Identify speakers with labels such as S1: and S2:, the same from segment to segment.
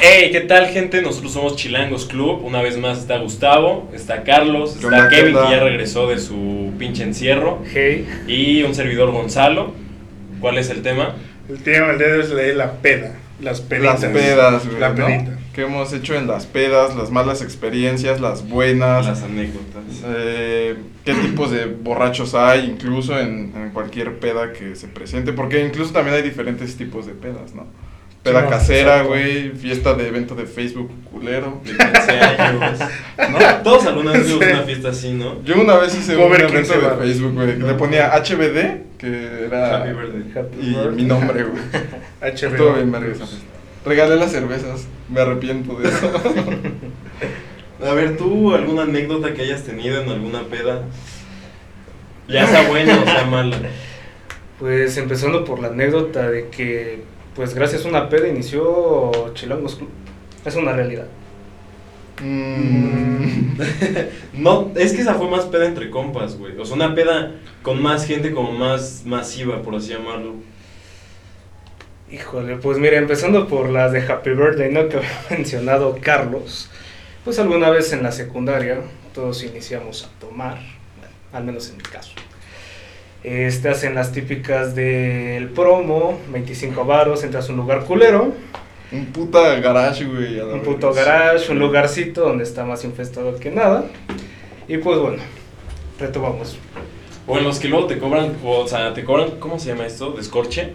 S1: Hey, ¿qué tal, gente? Nosotros somos Chilangos Club. Una vez más está Gustavo, está Carlos,
S2: ¿Qué
S1: está
S2: onda, qué
S1: Kevin, que
S2: onda?
S1: ya regresó de su pinche encierro,
S3: Hey,
S1: y un servidor Gonzalo. ¿Cuál es el tema?
S3: el tema del dedo es de la peda, las peditas.
S2: Las pedas, güey,
S3: La
S2: ¿no?
S3: pedita.
S2: ¿Qué hemos hecho en las pedas? Las malas experiencias, las buenas.
S1: Las anécdotas.
S2: eh, ¿Qué tipos de borrachos hay incluso en, en cualquier peda que se presente? Porque incluso también hay diferentes tipos de pedas, ¿no? Peda
S3: Sí, no,
S2: casera,
S3: exacto.
S2: güey, fiesta de evento de Facebook culero.
S1: De 15 años. ¿No? Todos alguna vez tuvimos una fiesta así, ¿no?
S2: Yo una vez hice un
S3: Cover
S2: evento
S3: 15
S2: de
S3: bar.
S2: Facebook, güey, que le ponía HBD, que era...
S1: Happy birthday.
S2: Y mi nombre, güey.
S3: HB.
S2: Estuvo bien verga esa fiesta. Regalé las cervezas, me arrepiento de eso.
S1: A ver, ¿tú alguna anécdota que hayas tenido en alguna peda? Ya sea buena o sea mala.
S4: Pues empezando por la anécdota de que, pues gracias a una peda inició Chilangos Club. Es una realidad.
S2: Mm.
S1: No, es que esa fue más peda entre compas, güey. O sea, una peda con más gente como más masiva, por así llamarlo.
S4: Híjole, pues mira, empezando por las de Happy Birthday, ¿no? Que había mencionado Carlos. Pues alguna vez en la secundaria todos iniciamos a tomar, bueno, al menos en mi caso. Este, hacen las típicas del promo, 25 varos, entras a un lugar culero,
S2: Un puta garage, güey. a la
S4: un
S2: verga.
S4: puto garage, un lugarcito donde está más infestado que nada. Y pues bueno, retomamos.
S1: O en los que luego te cobran, o sea, te cobran, ¿cómo se llama esto? Descorche.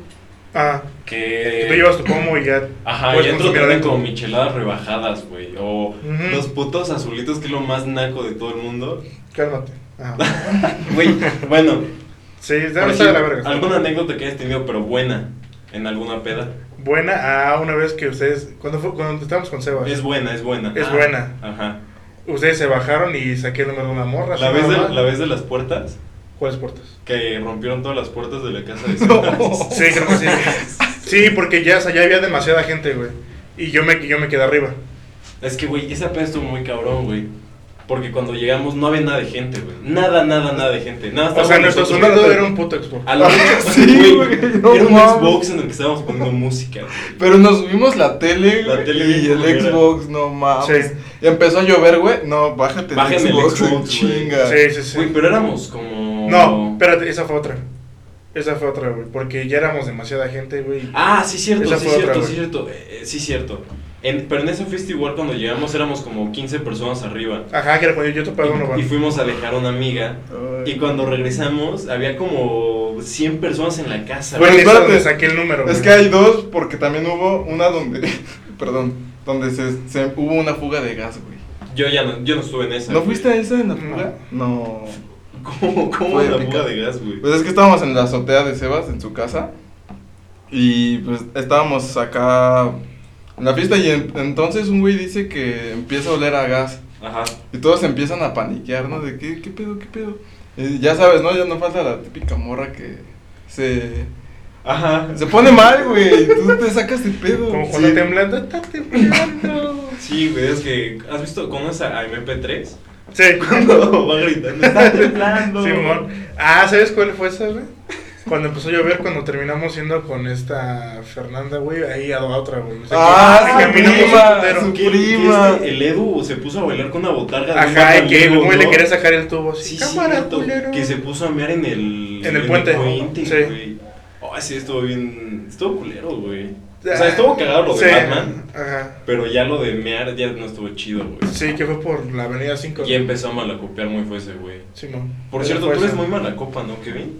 S3: Ah,
S1: Que.
S3: tú llevas tu pomo y ya.
S1: Eh, Ajá, y
S3: puedes
S1: adentro
S3: consumir
S1: te venden
S3: adentro.
S1: como micheladas rebajadas, güey. O
S3: Ujú.
S1: los putos azulitos, que es lo más naco de todo el mundo.
S3: Cálmate. Ajá.
S1: Güey, bueno.
S3: Sí,
S1: por
S3: dame sabe la
S1: ejemplo,
S3: verga.
S1: ¿Alguna anécdota que hayas tenido, pero buena, en alguna peda?
S3: Buena, ah, una vez que ustedes. Cuando, fue, cuando estábamos con Sebas,
S1: Es buena, es buena. Ah,
S3: Es buena.
S1: Ajá.
S3: ustedes se bajaron y saqué el número de una morra.
S1: La
S3: así
S1: vez, de,
S3: nada más.
S1: la vez de las puertas,
S3: ¿Cuáles puertas?
S1: que rompieron todas las puertas de la casa de
S3: Sí, creo que sí. Sí, porque ya, o sea, ya había demasiada gente, güey. Y yo me, yo me quedé arriba.
S1: Es que, güey, esa peda estuvo muy cabrón, güey. Porque cuando llegamos no había nada de gente, güey. Nada, nada, nada de gente. Nada,
S3: O sea,
S1: estábamos
S3: nuestro
S1: nosotros.
S3: sonido era un puto expo.
S1: A la
S2: Sí,
S1: güey,
S2: güey, no
S1: Era un
S2: mames.
S1: Xbox en el que estábamos poniendo música. güey.
S2: Pero nos subimos la tele,
S1: La
S2: güey,
S1: tele
S2: y
S1: bien
S2: el
S1: culera.
S2: Xbox, no mames.
S3: Sí.
S2: Y empezó a llover, güey. No, bájate
S1: Bájenme el
S2: el Xbox,
S1: Xbox,
S2: en
S1: güey.
S2: chinga.
S3: Sí, sí, sí.
S1: Güey, pero éramos como.
S3: No, espérate, esa fue otra. Esa fue otra, güey. Porque ya éramos demasiada gente, güey.
S1: Ah, sí, cierto,
S3: Esa
S1: sí,
S3: fue otra,
S1: cierto,
S3: güey.
S1: sí, cierto. eh, eh, sí, cierto. En- pero en esa fiesta, igual cuando llegamos, éramos como 15 personas arriba.
S3: Ajá, que era cuando yo topaba uno,
S1: Y
S3: güey.
S1: fuimos a dejar a una amiga.
S2: Ay,
S1: Y cuando regresamos, había como 100 personas en la casa.
S3: Fue en
S2: Pero
S3: esa donde
S2: espérate.
S3: saqué el número,
S2: Es
S3: güey.
S2: que hay dos, porque también hubo una donde. perdón. Donde se, se- hubo una fuga de gas, güey.
S1: Yo ya no, yo no estuve en esa.
S2: ¿No
S1: güey.
S2: fuiste a esa en la
S3: No.
S2: fuga? No.
S1: ¿Cómo, cómo
S2: Fue
S1: la
S2: épica.
S1: fuga de gas, güey?
S2: Pues es que estábamos en la azotea de Sebas, en su casa. Y pues estábamos acá en la fiesta. Y en- entonces un güey dice que empieza a oler a gas.
S1: Ajá.
S2: Y todos empiezan a paniquear, ¿no? De qué, qué pedo, qué pedo. Y ya sabes, ¿no? Ya no falta la típica morra que se,
S1: Ajá.
S2: se pone mal, güey. y Tú te sacas de pedo.
S3: Como cuando
S2: Sí.
S3: temblando, está temblando.
S1: Sí, güey, es que. ¿Has visto cómo es a a MP3?
S3: Sí.
S1: Cuando va gritando. Está temblando.
S3: Simón. Ah, ¿sabes cuál fue esa, güey? Cuando empezó a llover, cuando terminamos yendo con esta Fernanda, güey, ahí a la otra, güey. O sea,
S2: Ah,
S3: que-
S2: su
S3: caminamos un
S2: prima,
S3: putero.
S2: su
S1: Que- que
S2: prima.
S1: este, el Edu se puso a bailar con una botarga. de un
S3: Ajá, y que
S1: amigo,
S3: güey le
S1: ¿no?
S3: quería sacar el tubo así.
S1: Sí,
S3: Cámara,
S1: cierto,
S3: culero. Ah.
S1: Que se puso a mear en el.
S3: En el puente.
S1: sí.
S3: Sí.
S1: Güey. Ay, sí, estuvo bien. Estuvo culero, güey. O sea, estuvo cagado lo de
S3: Ah, Sí,
S1: Batman.
S3: Ajá.
S1: Pero ya lo de mear ya no estuvo chido, güey.
S3: Sí, que fue por la avenida 5.
S1: Y empezó a malacopear muy fuerte, güey.
S3: Simón.
S1: Por
S3: Esa
S1: cierto,
S3: fue
S1: tú eres
S3: esa.
S1: muy mala copa, ¿no, Kevin?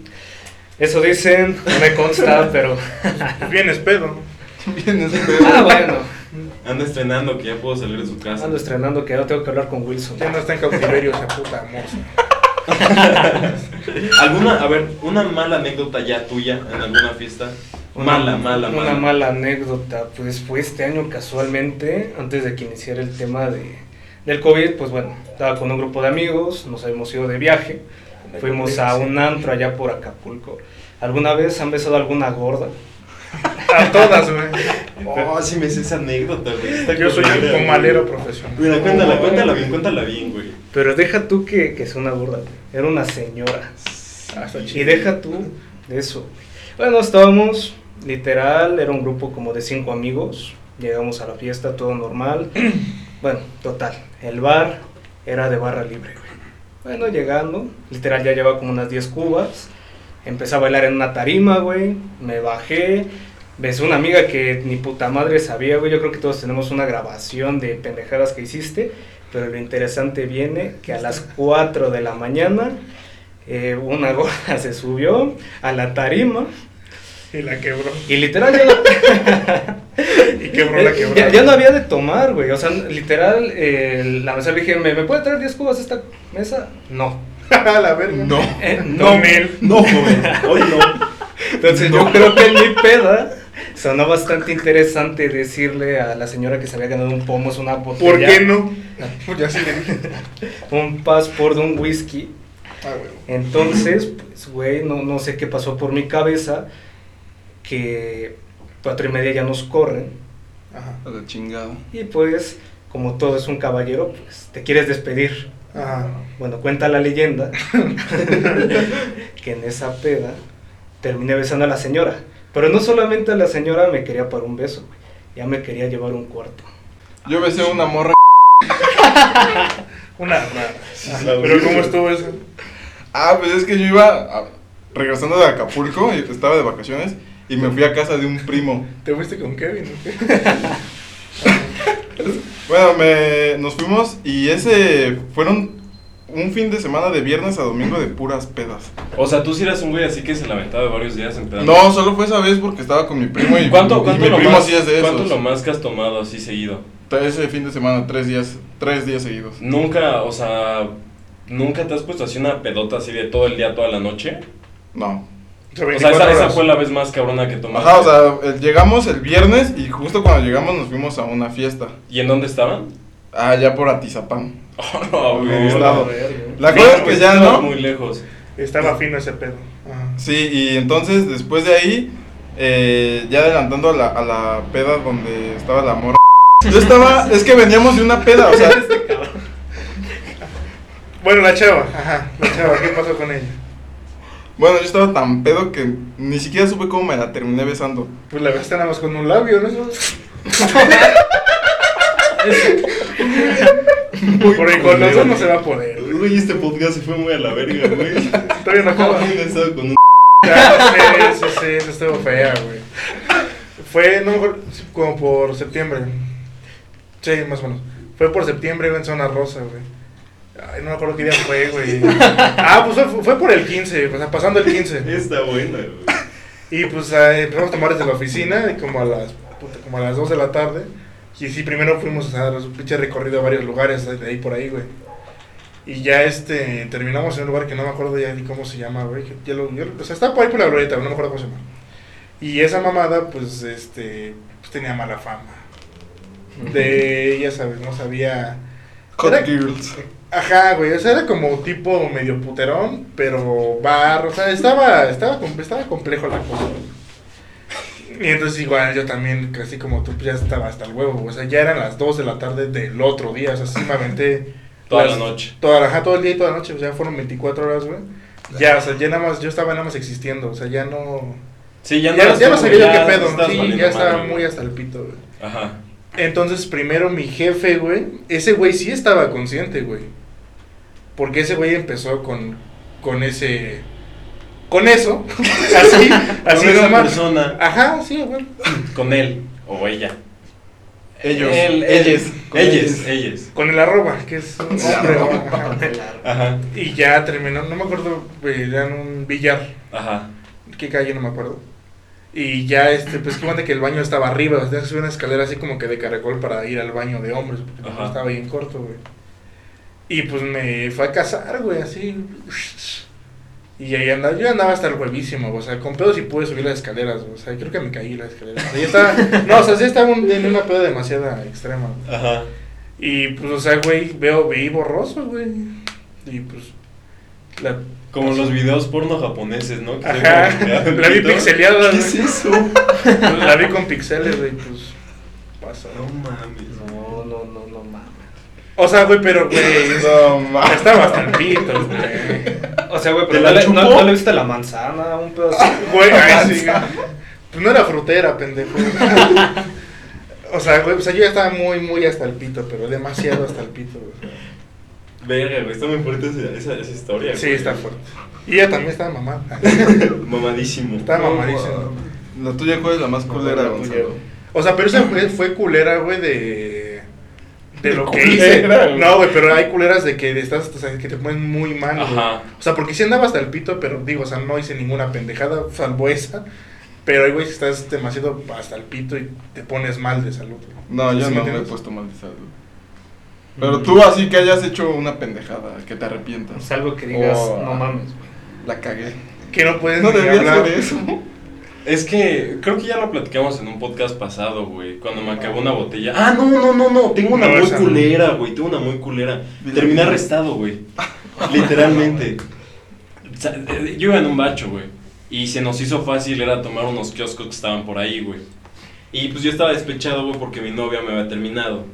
S4: Eso dicen, no me consta, pero.
S3: Pues Vienes pedo.
S2: Bien, ese pedo.
S4: Ah, bueno.
S1: Anda estrenando que ya puedo salir de su casa.
S4: Ando estrenando que no tengo que hablar con Wilson.
S3: Ya no está en cautiverio esa puta moza.
S1: ¿Alguna, a ver, una mala anécdota ya tuya en alguna fiesta?
S4: Una-
S1: Mala, mala, mala.
S4: Una mala anécdota. Pues fue este año casualmente, antes de que iniciara el tema de, del COVID, pues bueno, estaba con un grupo de amigos, nos habíamos ido de viaje, fuimos a un antro allá por Acapulco. ¿Alguna vez han besado a alguna gorda?
S3: A todas, güey.
S1: Oh, sí me sé esa anécdota, güey. Está
S3: Yo soy un
S1: culera,
S3: comalero
S1: güey.
S3: profesional.
S1: Mira, cuéntala, cuéntala bien, cuéntala bien, güey.
S4: Pero deja tú que, que sea una gorda, güey. era una señora.
S3: Hasta
S4: Ah, Y deja tú de eso. güey. Bueno, estábamos, literal, era un grupo como de cinco amigos. Llegamos a la fiesta, todo normal. bueno, total, el bar era de barra libre, güey. Bueno, llegando, literal ya llevaba como unas 10 cubas. Empecé a bailar en una tarima, güey. Me bajé. Besé a una amiga que ni puta madre sabía, güey. Yo creo que todos tenemos una grabación de pendejadas que hiciste. Pero lo interesante viene que a las 4 de la mañana eh, una gorda se subió a la tarima.
S3: Y la quebró.
S4: Y literal ya no, Eh,
S3: Y quebró la quebró.
S4: ya, ya no había de tomar, güey. O sea, literal, eh, la mesa le dije, ¿me, me puede traer 10 cubas a esta mesa? No.
S3: la verga.
S2: No.
S4: Eh,
S3: No, Mel.
S5: No, joven, hoy no.
S4: Entonces yo creo que en mi peda sonó bastante interesante decirle a la señora que se había ganado un pomos, una botella,
S3: ¿Por qué no? Pues ya se le dije.
S4: un passport, un whisky.
S3: Ah, güey.
S4: Entonces, pues, güey, no, no sé qué pasó por mi cabeza, que cuatro y media ya nos corren.
S3: Ajá.
S2: A la chingada.
S4: Y pues, como todo es un caballero, pues te quieres despedir.
S3: Ajá.
S4: Bueno, cuenta la leyenda que en esa peda terminé besando a la señora. Pero no solamente a la señora me quería para un beso, güey. Ya me quería llevar un cuarto.
S2: Yo besé a una morra.
S3: Una rara.
S5: sí, la
S3: Pero
S5: vi.
S3: ¿cómo estuvo eso?
S2: Ah, pues es que yo iba a- regresando de Acapulco, y estaba de vacaciones y me fui a casa de un primo.
S3: ¿Te fuiste con Kevin o qué?
S2: Bueno, me, nos fuimos y ese fueron un fin de semana de viernes a domingo de puras pedas.
S1: O sea, tú sí eras un güey así que se lamentaba varios días en plan-
S2: No, solo fue esa vez porque estaba con mi primo y,
S1: ¿Cuánto,
S2: y
S1: cuánto,
S2: mi
S1: lo
S2: primo
S1: más,
S2: sí es de
S1: ¿Cuánto
S2: esos.
S1: lo más que has tomado así seguido?
S2: Ese fin de semana, tres días, tres días seguidos.
S1: Nunca, o sea, nunca te has puesto así una pedota así de todo el día, toda la noche.
S2: No.
S1: O sea, esa, esa fue la vez más cabrona que tomaste.
S2: Ajá, o sea, eh, llegamos el viernes y justo cuando llegamos nos fuimos a una fiesta.
S1: ¿Y en dónde estaban?
S2: Allá por Atizapán.
S1: Oh, no,
S2: Me
S1: güey.
S2: gustaba.
S4: verga.
S2: La cosa es
S1: pues,
S2: que ya
S1: Estabas
S2: no.
S1: Muy lejos.
S3: Estaba fino ese pedo. Ajá.
S2: Sí, y entonces después de ahí, eh, ya adelantando a la, a la peda donde estaba la morra. Yo estaba, es que veníamos de una peda, o sea,
S3: Bueno, la chava. Ajá. La chava, ¿qué pasó con ella?
S2: bueno, yo estaba tan pedo que ni siquiera supe cómo me la terminé besando.
S3: Pues la besaste nada más con un labio, ¿no? Por el con los dos no se va a poder.
S5: Güey, este podcast se fue muy a la verga, güey.
S3: Todavía no acaba.
S5: Yo he estado con un
S3: Ya, sí, sí, sí, eso estuvo fea, güey. Fue, no, me acuerdo, como por septiembre. Sí, más o menos. Fue por septiembre, güey, en Zona Rosa, güey. Ay, no me acuerdo qué día fue, güey. Ah, pues fue, fue por el 15, o sea, pasando el 15.
S5: Está buena, güey.
S3: Y pues ah, empezamos a tomar desde la oficina, y como a las puta, como a las 2 de la tarde. Y sí, primero fuimos a dar un pinche recorrido a varios lugares, de ahí por ahí, güey. Y ya este, terminamos en un lugar que no me acuerdo ya ni cómo se llama, güey. que Ya lo, yo lo- o sea, está por ahí por la glorieta, güey, no me acuerdo cómo se llama. Y esa mamada, pues, este, pues tenía mala fama. De, ya sabes, no sabía.
S2: Hot
S3: Era-
S2: Girls.
S3: Ajá, güey, o sea, era como tipo medio puterón, pero bar, o sea, estaba, estaba, com- estaba complejo la cosa. Y entonces igual yo también, así como tú, pues, ya estaba hasta el huevo, o sea, ya eran las 2 de la tarde del otro día, o sea, sí me aventé
S1: Toda la
S3: las-
S1: noche.
S3: Toda, la- ajá, todo el día y toda la noche, o sea, fueron 24 horas, güey. Ya, o sea, ya nada más, yo estaba nada más existiendo, o sea, ya no...
S1: Sí, ya
S3: Ya,
S1: no
S3: ya,
S1: eras
S3: no
S1: tú,
S3: sabía
S1: ya
S3: yo qué pedo,
S1: estabas
S3: sí,
S1: valiendo
S3: ya estaba
S1: madre,
S3: muy
S1: güey.
S3: hasta el pito, güey.
S1: Ajá.
S3: Entonces, primero mi jefe, güey, ese güey sí estaba consciente, güey. Porque ese güey empezó con, con ese... Con eso. así, así
S5: Con esa
S3: nomás.
S5: persona.
S3: Ajá, sí, güey.
S1: Con él o ella.
S2: Ellos.
S1: Él,
S2: ellas,
S1: ellas.
S2: con
S1: Ellas. Ellas.
S3: Con el arroba, que es un
S2: Sí,
S3: hombre,
S2: arroba.
S3: güey, ajá.
S1: Ajá.
S3: Y ya terminó, no me acuerdo, güey, era en un billar.
S1: Ajá.
S3: ¿Qué calle? No me acuerdo. Y ya, este, pues, que cuenta que el baño estaba arriba. O sea, subí una escalera así como que de caracol para ir al baño de hombres. Porque
S1: Ajá.
S3: no estaba bien corto, güey. Y pues me fue a cazar, güey, así. Y ahí andaba, yo andaba hasta el huevísimo, güey, o sea, con pedos y pude subir las escaleras, güey, o sea, creo que me caí las escaleras. O sea, ya estaba, no, o sea, sí estaba un- en una peda demasiada extrema, güey.
S5: Ajá.
S3: Y pues, o sea, güey, veo, veí borroso, güey. Y pues, la,
S5: Como los videos porno japoneses, ¿no? Que se
S3: Ajá,
S5: ven como que
S3: la vi
S5: poquito.
S3: pixeleada,
S5: ¿Qué
S3: güey. Pues,
S5: es eso?
S3: la vi con pixeles, güey, pues, pasa,
S5: No mames.
S4: No, no, no, no mames.
S3: O sea, güey, pero, güey.
S2: No, ma-
S3: Estaba hasta el pito, güey.
S4: O sea, güey,
S5: ¿Te
S4: pero
S5: la
S4: no, le- no,
S5: chupó?
S4: no le viste la manzana, un pedazo.
S3: Güey, ay, sí. güey. Pues no era frutera, pendejo. O sea, güey, o sea, yo ya estaba muy, muy hasta el pito, pero demasiado hasta el pito. güey, o sea.
S5: Verga, güey, está muy fuerte esa, esa, esa historia.
S3: Sí,
S5: güey.
S3: está fuerte. Y ella también estaba mamada.
S5: Mamadísimo.
S3: Estaba mamadísima.
S2: La tuya, ¿cuál es la más culera,
S3: la
S2: Gonzalo?
S3: tuya. O sea, pero esa fue, fue culera, güey, de. De lo que hice.
S1: culera, güey.
S3: No, güey, pero hay culeras de que estás, o sea, que te ponen muy mal, güey.
S1: Ajá.
S3: O sea, porque sí andaba hasta el pito, pero digo, o sea, no hice ninguna pendejada, salvo esa. Pero hay güey, que estás demasiado hasta el pito y te pones mal de salud. güey.
S2: No,
S3: ¿Sí
S2: yo no
S3: me
S2: me he
S3: entiendes?
S2: puesto mal de salud.
S3: Mm.
S2: Pero tú así que hayas hecho una pendejada, que te
S4: Es
S2: arrepientas.
S4: algo que digas,
S2: Oh.
S4: no mames, güey.
S2: La cagué.
S1: pues,
S3: Que no puedes
S2: No
S3: ni
S2: debía
S3: hablar.
S2: hacer eso.
S1: Es que creo que ya lo platicamos en un podcast pasado, güey. Cuando me acabó una botella. Ah, no, no, no, no. Tengo una
S3: No,
S1: muy
S3: esa no.
S1: culera, güey. Tengo una muy culera.
S2: Dile.
S1: Terminé arrestado, güey. Literalmente. O sea, eh, Yo iba en un bacho, güey. Y se nos hizo fácil era tomar unos kioscos que estaban por ahí, güey. Y pues yo estaba despechado, güey, porque mi novia me había terminado.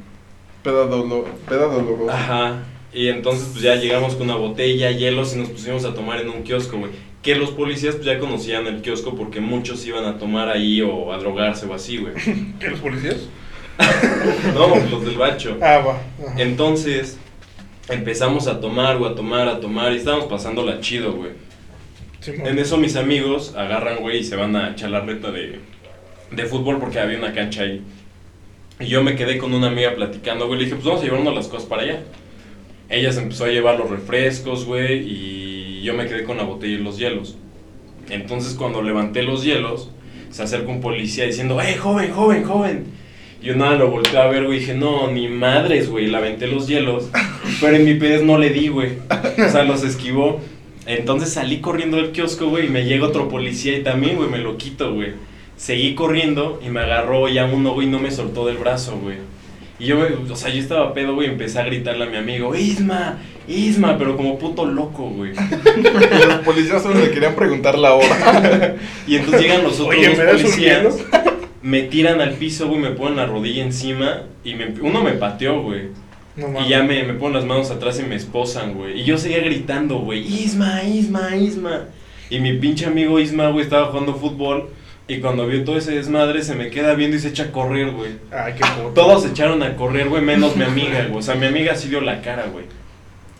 S2: Peda dolo- peda dolorosa.
S1: Ajá. Y entonces pues ya llegamos con una botella, hielos y nos pusimos a tomar en un kiosco, güey. Que los policías pues ya conocían el kiosco porque muchos iban a tomar ahí o a drogarse o así, güey.
S3: ¿Qué, los policías?
S1: No, los del bacho.
S3: Ah, va. Ajá.
S1: Entonces empezamos a tomar, güey, a tomar, a tomar y estábamos pasándola chido, güey.
S3: Sí, mo-
S1: En eso mis amigos agarran, güey, y se van a echar la reta de, de fútbol porque había una cancha ahí. Y yo me quedé con una amiga platicando, güey. Le dije, pues vamos a llevarnos las cosas para allá. Ella se empezó a llevar los refrescos, güey, y yo me quedé con la botella y los hielos. Entonces cuando levanté los hielos, se acerca un policía diciendo, ¡eh, joven, joven, joven! Yo nada, lo volteé a ver, güey, y dije, no, ni madres, güey, le aventé los hielos, pero en mi pedez no le di, güey. O sea, los esquivó. Entonces salí corriendo del kiosco, güey, y me llega otro policía y también, güey, me lo quito, güey. Seguí corriendo y me agarró ya uno, güey, y no me soltó del brazo, güey. Y yo, güey, o sea, yo estaba pedo, güey, y empecé a gritarle a mi amigo, Isma, Isma, pero como puto loco, güey.
S2: Y los policías solo le querían preguntar la hora.
S1: Y entonces llegan los otros
S3: Oye,
S1: dos
S3: ¿me das un hielo?
S1: policías, me tiran al piso, güey, me ponen la rodilla encima y me, uno me pateó, güey.
S3: No
S1: Y
S3: mames.
S1: ya me, me ponen las manos atrás y me esposan, güey. Y yo seguía gritando, güey, Isma, Isma, Isma. Y mi pinche amigo Isma, güey, estaba jugando fútbol. Y cuando vio todo ese desmadre, se me queda viendo y se echa a correr, güey.
S3: Ay, qué puto.
S1: Todos se echaron a correr, güey, menos mi amiga, güey. O sea, mi amiga sí dio la cara, güey.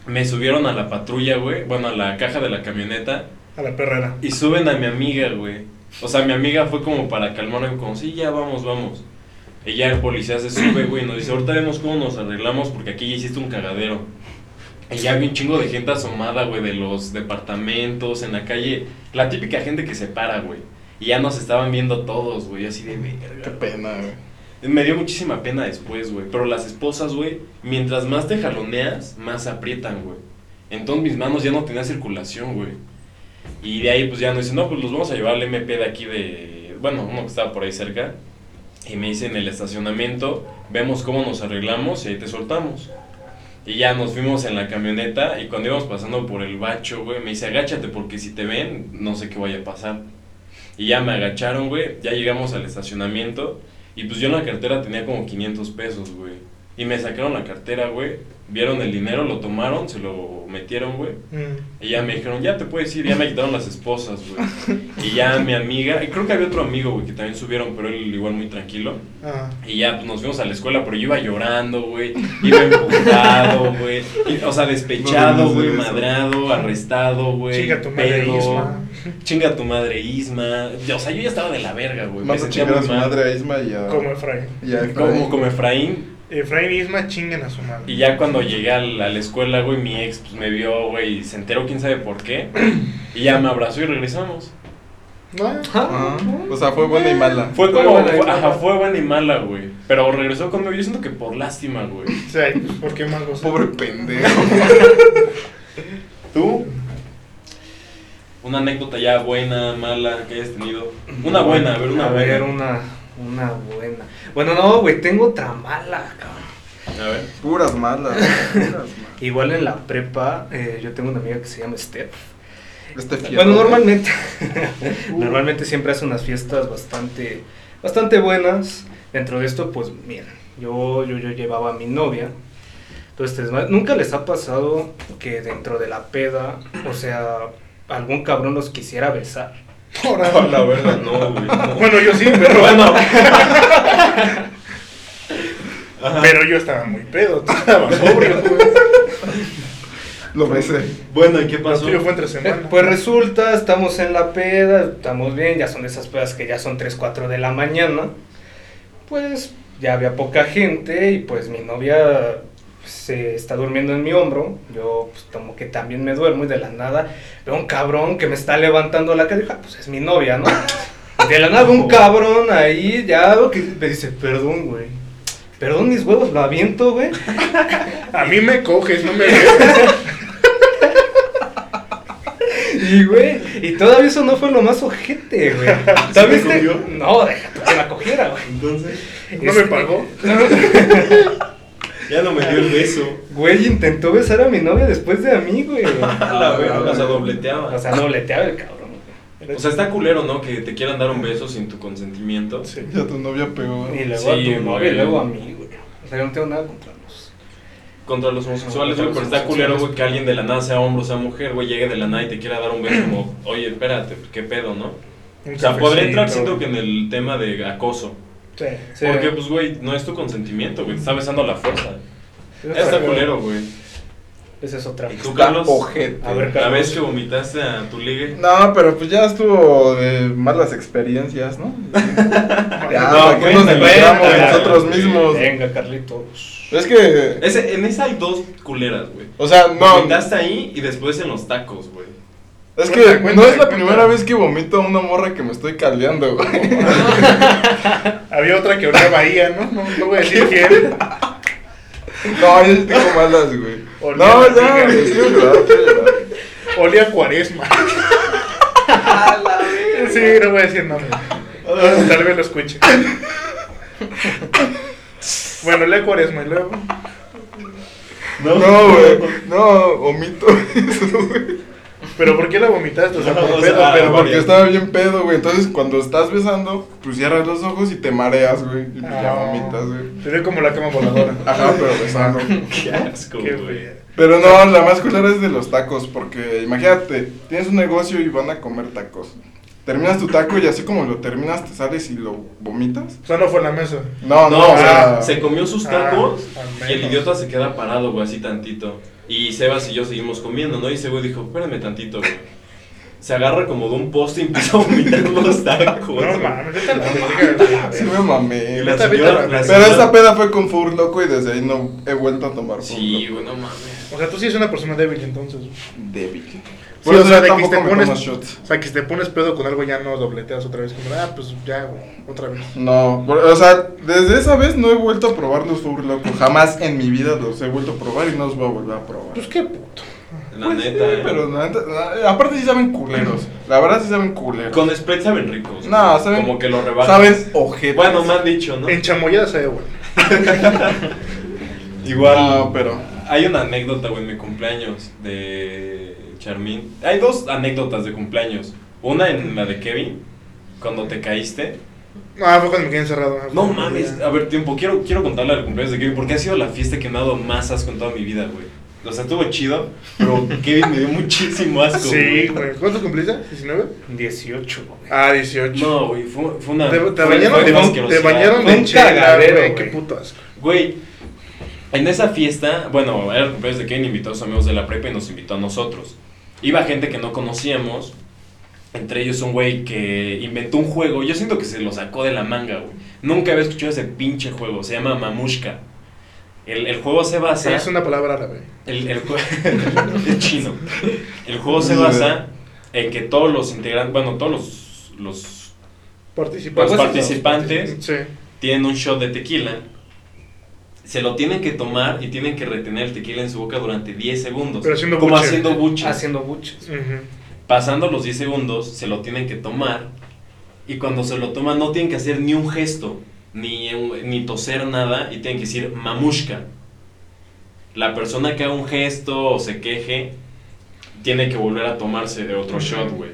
S1: Me subieron a la patrulla, güey. Bueno, a la caja de la camioneta.
S3: A la perrera.
S1: Y suben a mi amiga, güey. O sea, mi amiga fue como para calmarme, como, sí, ya vamos, vamos. Y ya el policía se sube, güey, y nos dice, ahorita vemos cómo nos arreglamos porque aquí ya hiciste un cagadero. Y ya había un chingo de gente asomada, güey, de los departamentos, en la calle. La típica gente que se para, güey. Y ya nos estaban viendo todos, güey, así de
S2: Qué
S1: verga.
S2: pena, güey.
S1: Me dio muchísima pena después, güey. Pero las esposas, güey, mientras más te jaloneas, más aprietan, güey. Entonces mis manos ya no tenían circulación, güey. Y de ahí, pues ya nos dicen, no, pues los vamos a llevar al MP de aquí de. Bueno, uno que estaba por ahí cerca. Y me dicen, el estacionamiento, vemos cómo nos arreglamos y ahí te soltamos. Y ya nos fuimos en la camioneta. Y cuando íbamos pasando por el bacho, güey, me dice, agáchate porque si te ven, no sé qué vaya a pasar. Y ya me agacharon, güey. Ya llegamos al estacionamiento. Y pues yo en la cartera tenía como 500 pesos, güey. Y me sacaron la cartera, güey. Vieron el dinero, lo tomaron, se lo metieron, güey.
S3: Mm.
S1: Y ya me dijeron, ya te puedes ir. Ya me quitaron las esposas, güey. Y ya mi amiga, y creo que había otro amigo, güey, que también subieron, pero él igual muy tranquilo.
S3: Ah.
S1: Y ya pues, nos fuimos a la escuela, pero yo iba llorando, güey. Iba empujado, güey. y- O sea,
S2: No
S1: despechado, güey,
S2: debías hacer
S1: madrado, arrestado, güey.
S3: Chica, tu madre
S1: pedo.
S3: Isma.
S1: Chinga tu madre, Isma. O sea, yo ya estaba de la verga, güey. Pues Me
S2: Manda a
S1: sentía
S2: chingar a
S1: muy
S2: su
S1: mal.
S2: madre a Isma y a.
S1: Ah.
S3: Como Efraín.
S2: y a
S1: Como,
S2: Efraín.
S1: como Efraín,
S3: Efraín y Isma chinguen a su madre.
S1: Y ya cuando llegué a la, a la escuela, güey, mi ex pues, me vio, güey, y se enteró quién sabe por qué. Y ya me abrazó y regresamos.
S3: No,
S2: Ah, o sea, fue buena y mala.
S1: Fue
S4: Fue
S1: como,
S4: buena y
S1: fue-
S4: mala.
S1: ajá, fue buena y mala, güey. Pero regresó conmigo, yo siento que por lástima, güey.
S3: O sea, pues, ¿por qué más gozar?
S2: Pobre pendejo.
S1: ¿Tú? Una anécdota ya buena, mala, que hayas tenido. Una buena, a ver, una
S4: a ver,
S1: buena.
S4: una, una buena. Bueno, no, güey, tengo otra mala, cabrón.
S1: A ver.
S2: Puras malas. Puras malas.
S4: Igual en la prepa, eh, yo tengo una amiga que se llama Steph.
S2: Este fiel.
S4: Bueno, normalmente, normalmente siempre hace unas fiestas bastante, bastante buenas. Dentro de esto, pues, mira, yo, yo, yo llevaba a mi novia. Entonces, te desma- ¿nunca les ha pasado que dentro de la peda, o sea, algún cabrón los quisiera besar?
S1: No, la verdad, no, güey. no.
S3: Bueno, yo sí, pero
S1: Bueno,
S5: Ajá.
S3: Pero yo estaba muy pedo, estaba sobrio, güey.
S2: Lo besé.
S5: Bueno, ¿y qué
S3: Lo
S5: pasó?
S3: tuyo fue entre
S4: Eh,
S3: semana.
S4: Pues resulta, estamos en la peda, estamos bien, ya son esas pedas que ya son 3, 4 de la mañana. Pues ya había poca gente y pues mi novia se está durmiendo en mi hombro. Yo pues como que también me duermo y de la nada veo un cabrón que me está levantando la cara. Dije, "Ah, pues es mi novia, ¿no? De la nada veo un cabrón ahí ya que me dice, perdón, güey. Perdón mis huevos, lo aviento, güey.
S3: A mí me coges, no me ves.
S4: Y, güey, y todavía eso no fue lo más ojete, güey. ¿Sabes?
S5: me cogió?
S4: No, deja tú que la cogiera, güey. Este,
S5: Entonces,
S3: No me pagó.
S5: ya no me dio el beso.
S4: Güey, intentó besar a mi novia después de a mí, güey.
S5: A la verga, o sea, dobleteaba.
S4: Ah, O sea, dobleteaba el cabrón, güey.
S1: O sea, está culero, ¿no? Que te quieran dar un beso sin tu consentimiento.
S3: Sí.
S2: Ya tu novia pegó.
S4: Y luego
S1: Sí,
S4: a
S1: güey.
S4: tu novia y luego a mí, güey. O sea, yo no tengo nada contra los.
S1: Contra los homosexuales,
S4: Contra
S1: güey,
S4: los
S1: pero está culero,
S4: homosexuales.
S1: güey, que alguien de la nada, sea hombre o sea mujer, güey, llegue de la nada y te quiera dar un beso como, oye, espérate, qué pedo, ¿no? O sea,
S4: pues
S1: podría entrar, siento que en el tema de acoso.
S4: Sí.
S1: Porque, pues, güey, no es tu consentimiento, güey, te está besando a la fuerza.
S4: Esa-
S1: Está culero, güey.
S4: Esa es otra.
S1: ¿Y tú,
S2: Está
S1: Carlos?
S2: ojete.
S4: A ver,
S1: La
S4: Carlos.
S1: vez que vomitaste a tu ligue.
S2: No, pero pues ya estuvo de malas experiencias, ¿no?
S1: No,
S2: Ya, ¿para qué nos
S1: cuéntale,
S2: encontramos
S1: cuéntale.
S2: nosotros mismos?
S4: Venga, Carlitos.
S2: Es que,
S1: Ese, en esa hay dos culeras, güey.
S2: o sea, no,
S1: Vomitaste ahí y después en los tacos, güey.
S2: es que
S3: Cuenta, cuenta,
S2: no es la
S3: cuenta.
S2: primera vez que vomito a una morra que me estoy caldeando, güey.
S3: Había otra que olía a Bahía, ¿no? No, no voy a decir quién.
S2: No, yo sí tengo malas, güey.
S3: Olía
S2: No,
S3: la
S2: ya,
S3: tiga.
S2: güey, sí, ¿verdad? Sí, ¿verdad?
S3: Olía a Cuaresma. Sí, no voy a decir nombre. Tal vez lo escuche. Bueno, olía a Cuaresma y luego.
S2: No, güey, no, omito eso, güey.
S3: ¿Pero por qué la vomitaste? O sea,
S1: No,
S3: por
S1: o
S3: pedo,
S1: sea,
S2: Pero
S3: pero.
S2: porque estaba bien pedo, güey. Entonces, cuando estás besando, pues cierras los ojos y te mareas, güey. Y pues
S3: Ah.
S2: ya vomitas, güey. Ah,
S3: Te dio como la cama voladora.
S2: Ajá, pero besando.
S1: Qué asco,
S3: Qué
S1: güey.
S3: fea.
S2: Pero no, la más culera es de los tacos, porque imagínate, tienes un negocio y van a comer tacos. Terminas tu taco y así como lo terminas, te sales y lo vomitas.
S3: O sea, no fue en la mesa.
S2: No, no,
S1: No,
S2: o sea,
S1: se comió sus tacos
S3: Ah, al menos.
S1: y el idiota se queda parado, güey, así tantito. Y Sebas y yo seguimos comiendo, ¿no? Y ese güey dijo, espérame tantito, güey. Se agarra como de un poste y empieza a vomitar los tacos.
S3: No
S1: güey.
S3: mames, vete a la verga.
S2: sí me mamé.
S1: Y
S2: güey.
S1: la
S3: Vete, vete a
S1: señora,
S3: la
S1: la
S3: verga.
S2: Pero
S1: señora-
S2: esa peda fue con Fur Loco y desde ahí no he vuelto a tomar Fur
S1: Sí,
S2: Loco.
S1: güey, no mames.
S3: O sea, tú sí eres una persona débil entonces.
S2: Débil.
S3: Sí, o sea, de que
S2: tampoco
S3: te
S2: me
S3: pones-
S2: tomo shots.
S3: O sea, que si te pones pedo con algo ya no dobleteas otra vez. Como, ah, pues ya, güey, otra vez.
S2: No, por- o sea, desde esa vez no he vuelto a probar los Fur Loco. Jamás en mi vida los he vuelto a probar y no los voy a volver a probar.
S3: Pues qué puto.
S1: La
S2: Pues sí,
S1: neta. eh.
S2: pero la neta- la- aparte sí saben culeros. La verdad sí saben culeros.
S1: Con Sprite saben ricos. güey.
S2: No, saben-
S1: Como que lo rebajan.
S2: Saben ojete.
S1: Bueno, me han dicho, ¿no?
S3: En chamoyada se ve, güey.
S1: Igual.
S2: No, pero.
S1: Hay una anécdota, güey, en mi cumpleaños de Charmín. Hay dos anécdotas de cumpleaños. Una en la de Kevin, cuando te caíste.
S3: Ah, fue cuando me quedé encerrado.
S1: No mames, a ver, tiempo, quiero, quiero contarle al cumpleaños de Kevin porque ha sido la fiesta que me ha dado más asco en toda mi vida, güey. O sea, estuvo chido, pero Kevin me dio muchísimo asco.
S3: Sí, güey. ¿Cuánto cumpliste? ¿19?
S4: 18, güey.
S3: Ah, 18.
S1: No, güey, fue, fue una.
S3: Te, te
S1: fue-
S3: bañaron,
S1: fue
S3: de,
S1: una
S3: te
S1: asquerosidad.
S3: bañaron
S4: Fue
S3: de
S4: un
S3: chela,
S4: cagadero,
S3: güey. Qué
S4: güey.
S3: puto asco.
S1: Güey, en esa fiesta, bueno, era el cumpleaños de Kevin, invitó a sus amigos de la prepa y nos invitó a nosotros. Iba gente que no conocíamos, entre ellos un güey que inventó un juego, yo siento que se lo sacó de la manga, güey. Nunca había escuchado ese pinche juego, se llama Mamushka. El, el juego se basa...
S3: Es una palabra árabe.
S1: El, el jue- es chino. El juego se basa en que todos los integrantes, bueno, todos los, los
S3: Participantes.
S1: Los participantes.
S3: Sí.
S1: tienen un shot de tequila, se lo tienen que tomar y tienen que retener el tequila en su boca durante 10 segundos.
S3: Pero haciendo
S1: como
S3: buche.
S1: haciendo buche.
S4: Haciendo buches.
S3: Ujú.
S1: Pasando los 10 segundos, se lo tienen que tomar. Y cuando se lo toman, no tienen que hacer ni un gesto, ni, un- ni toser nada, y tienen que decir mamushka. La persona que haga un gesto o se queje, tiene que volver a tomarse de otro shot, güey.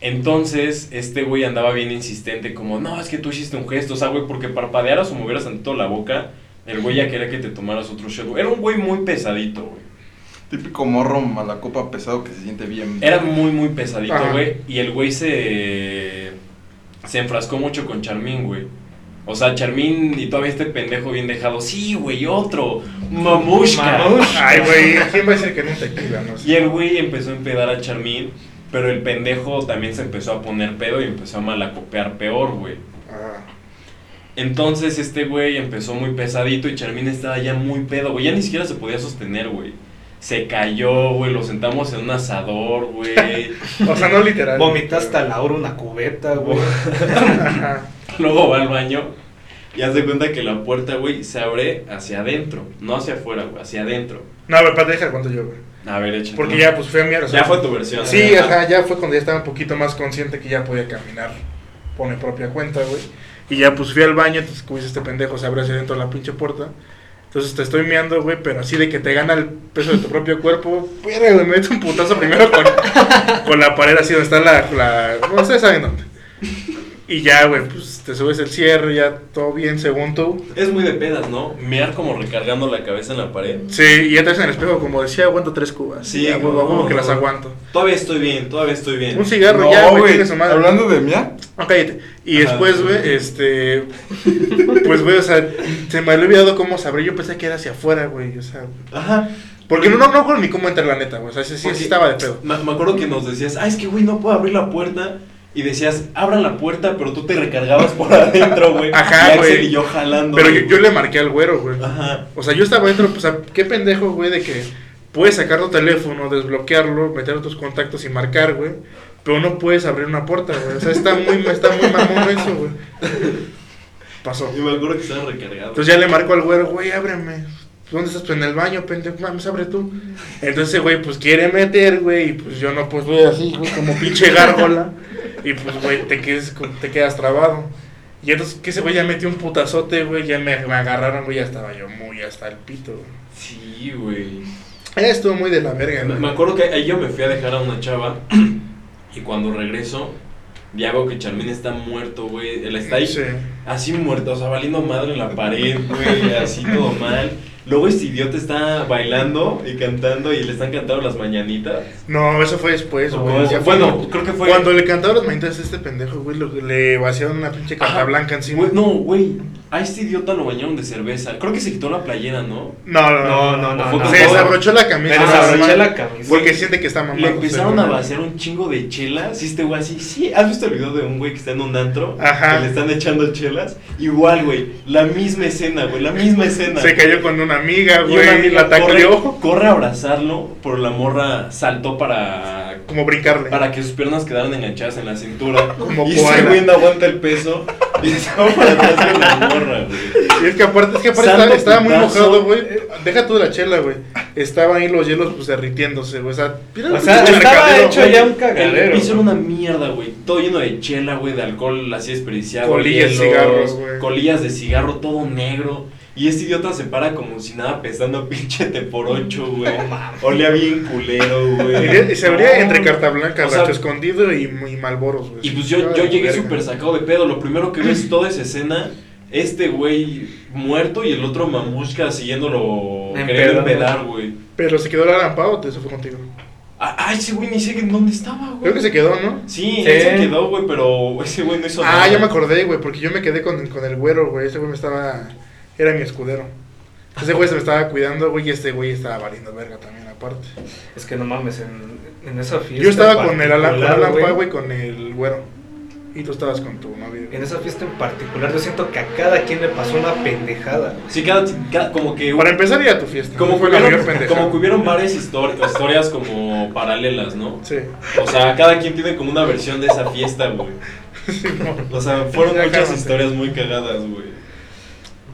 S1: Entonces, este güey andaba bien insistente, como, no, es que tú hiciste un gesto, o sea, güey, porque parpadearas o movieras tantito la boca, el güey ya quería que te tomaras otro shot. güey. Era un güey muy pesadito, güey.
S2: Típico morro malacopa pesado que se siente bien.
S1: Era muy, muy pesadito,
S3: Ajá.
S1: güey. Y el güey se. Se enfrascó mucho con Charmín, güey. O sea, Charmín y todavía este pendejo bien dejado. Sí, güey, otro. Mamushka.
S4: Mamushka.
S3: Ay, güey, ¿quién va a decir que no un tequila? No
S1: Y
S3: sé.
S1: el güey empezó a empedar a Charmín, pero el pendejo también se empezó a poner pedo y empezó a malacopear peor, güey.
S3: Ah,
S1: Entonces este güey empezó muy pesadito y Charmín estaba ya muy pedo, güey. Ya ni siquiera se podía sostener, güey. Se cayó, güey. Lo sentamos en un asador, güey.
S3: o sea, no literal.
S4: Vomitaste a Laura una cubeta, güey.
S3: Ajá.
S1: Luego va al baño y hace cuenta que la puerta, güey, se abre hacia adentro. No hacia afuera, güey. Hacia adentro.
S3: No, a ver, para dejar cuánto yo, güey.
S1: A ver, échate.
S3: Porque ya, pues, fue a mi o sea,
S1: Ya fue tu versión.
S3: Sí,
S1: Ajá.
S3: ajá, ya fue cuando ya estaba un poquito más consciente que ya podía caminar por mi propia cuenta, güey. Y ya pues fui al baño, entonces como dice este pendejo, se abre hacia dentro la pinche puerta. Entonces te estoy meando, güey, pero así de que te gana el peso de tu propio cuerpo, pero me meto un putazo primero con, con la pared así donde está la, la... No sé, saben dónde. Y ya, güey, pues te subes el cierre, ya todo bien según tú.
S1: Es muy de pedas, ¿no? Mear como recargando la cabeza en la pared.
S3: Sí, y ya te ves en el espejo, como decía, aguanto tres cubas.
S1: Sí,
S3: Sí, ya, güey,
S1: no.
S3: a huevo que las aguanto.
S1: Todavía estoy bien, todavía estoy bien.
S3: Un cigarro ya, güey, chingue su madre.
S2: Hablando de mía,
S3: No, Ah, cállate. Y
S1: Ajá.
S3: después, güey, este. Pues, güey, o sea, se me había olvidado cómo se abrió. Yo pensé que era hacia afuera, güey, o sea.
S1: Ajá.
S3: Porque no, no, no acuerdo ni cómo entrar, la neta, güey. O sea, sí, sí,
S1: Porque
S3: sí estaba de pedo.
S1: Me, me acuerdo que nos decías, ah, es que güey, no puedo abrir la puerta. Y decías, abran la puerta, pero tú te recargabas por adentro, güey.
S3: Ajá,
S1: y Axel
S3: güey.
S1: y yo jalando.
S3: Pero yo,
S1: güey.
S3: yo le marqué al güero, güey.
S1: Ajá.
S3: O sea, yo estaba dentro, pues, o sea, qué pendejo, güey, de que puedes sacar tu teléfono, desbloquearlo, meter tus contactos y marcar, güey. Pero no puedes abrir una puerta, güey. O sea, está muy, está muy mamón eso, güey. Pasó.
S1: Y me acuerdo que estaba recargado.
S3: Entonces ya le marco al güero, güey, ábreme. ¿Dónde estás? Pues en el baño, pendejo, mames, abre tú. Entonces, güey, pues quiere meter, güey, y pues yo no, pues voy así, güey, como pinche gárgola. Y pues, güey, te quedas, con- te quedas trabado. Y entonces, que ese güey ya metió un putazote, güey, ya me, me agarraron, güey, ya estaba yo muy hasta el pito, güey.
S1: Sí, güey.
S3: Ya estuvo muy de la verga,
S1: Me, me
S3: güey.
S1: acuerdo que ahí yo me fui a dejar a una chava. y cuando regreso, ya veo que Charmín está muerto, güey. Él está ahí.
S3: Sí.
S1: Así muerto, o sea, valiendo madre en la pared, güey, así todo mal. Luego este idiota está bailando y cantando y le están cantando las mañanitas.
S3: No, eso fue después, güey.
S1: No,
S3: ya fue
S1: bueno,
S3: cuando-
S1: creo que fue.
S3: Cuando le cantaba las manitas a este pendejo, güey, lo- le vaciaron una pinche carta
S1: Ajá.
S3: blanca encima.
S1: Güey, no, güey, a este idiota lo bañaron de cerveza. Creo que se quitó la playera, ¿no?
S3: No, no,
S4: No,
S3: no,
S4: no, no,
S1: no.
S3: Se desabrochó la camisa.
S4: Me desabroché la camisa.
S3: Porque siente que está mamado.
S1: Le empezaron
S3: según
S1: a
S3: él.
S1: vaciar un chingo de chelas. Y este güey así, sí, ¿has visto el video de un güey que está en un antro?
S3: Ajá.
S1: Que le están echando chelas. Igual, güey, la misma escena, güey, la misma escena.
S3: Se cayó con una amiga,
S1: Y una
S3: güey,
S1: amiga
S3: la tacleó.
S1: corre, corre a abrazarlo, pero la morra saltó para
S3: Como brincarle.
S1: para que sus piernas quedaran enganchadas en la cintura.
S3: Como
S1: y ese
S3: koala.
S1: güey no aguanta el peso y se va para atrás con la morra, güey.
S3: Y es que aparte, es que aparte
S1: Santo
S3: estaba, estaba muy
S1: putazo.
S3: mojado, güey. Deja tú la chela, güey. Estaban ahí los hielos, pues, derritiéndose, güey. O sea, mira
S4: O
S3: el
S4: sea,
S3: pinche
S4: estaba
S3: mercadero,
S4: hecho
S3: güey.
S4: ya un
S1: El
S4: cagadero.
S1: piso era una mierda, güey. Todo lleno de chela, güey, de alcohol así desperdiciado.
S3: Colillas,
S1: hielos,
S3: cigarros, güey.
S1: Colillas de cigarro, todo negro. Y este idiota se para como si nada pesando pinche te por ocho, güey. Olía bien culero, güey.
S3: Y se abría
S1: No,
S3: entre
S1: no.
S3: carta blanca,
S1: O sea,
S3: racho escondido y, y malboros, güey.
S1: Y pues yo, yo llegué súper sacado de pedo. Lo primero que ves toda esa escena, este güey muerto y el otro mamusca siguiéndolo queriendo
S4: Empedado.
S1: empedar, güey.
S3: Pero se quedó la lampada o te eso fue contigo.
S1: Ah, ah, ese güey ni sé en dónde estaba, güey.
S3: Creo que se quedó, ¿no?
S1: Sí,
S4: Sí.
S1: él se quedó, güey, pero ese güey no hizo nada.
S3: Ah, ya me acordé, güey, porque yo me quedé con, con el güero, güey. Ese güey me estaba. Era mi escudero. Ese güey se me estaba cuidando, güey, y este güey estaba valiendo verga también, aparte.
S4: Es que no mames, en, en esa fiesta.
S3: Yo estaba
S4: en
S3: con el Alan, con
S4: particular,
S3: Alan
S4: güey,
S3: Pau, güey, con el güero. Y tú estabas con tu novio.
S4: En esa fiesta en particular, yo siento que a cada quien le pasó una pendejada. güey.
S1: Sí, cada, cada- como que.
S3: Para empezar, ir a tu fiesta.
S1: como que
S3: fue la
S1: hubieron-
S3: mayor pendeja.
S1: Como que hubieron varias histor- historias como paralelas, ¿no?
S3: Sí.
S1: O sea, cada quien tiene como una versión de esa fiesta, güey.
S3: Sí, no.
S1: O sea, fueron
S3: Ya
S1: muchas
S3: cálmate.
S1: historias muy cagadas, güey.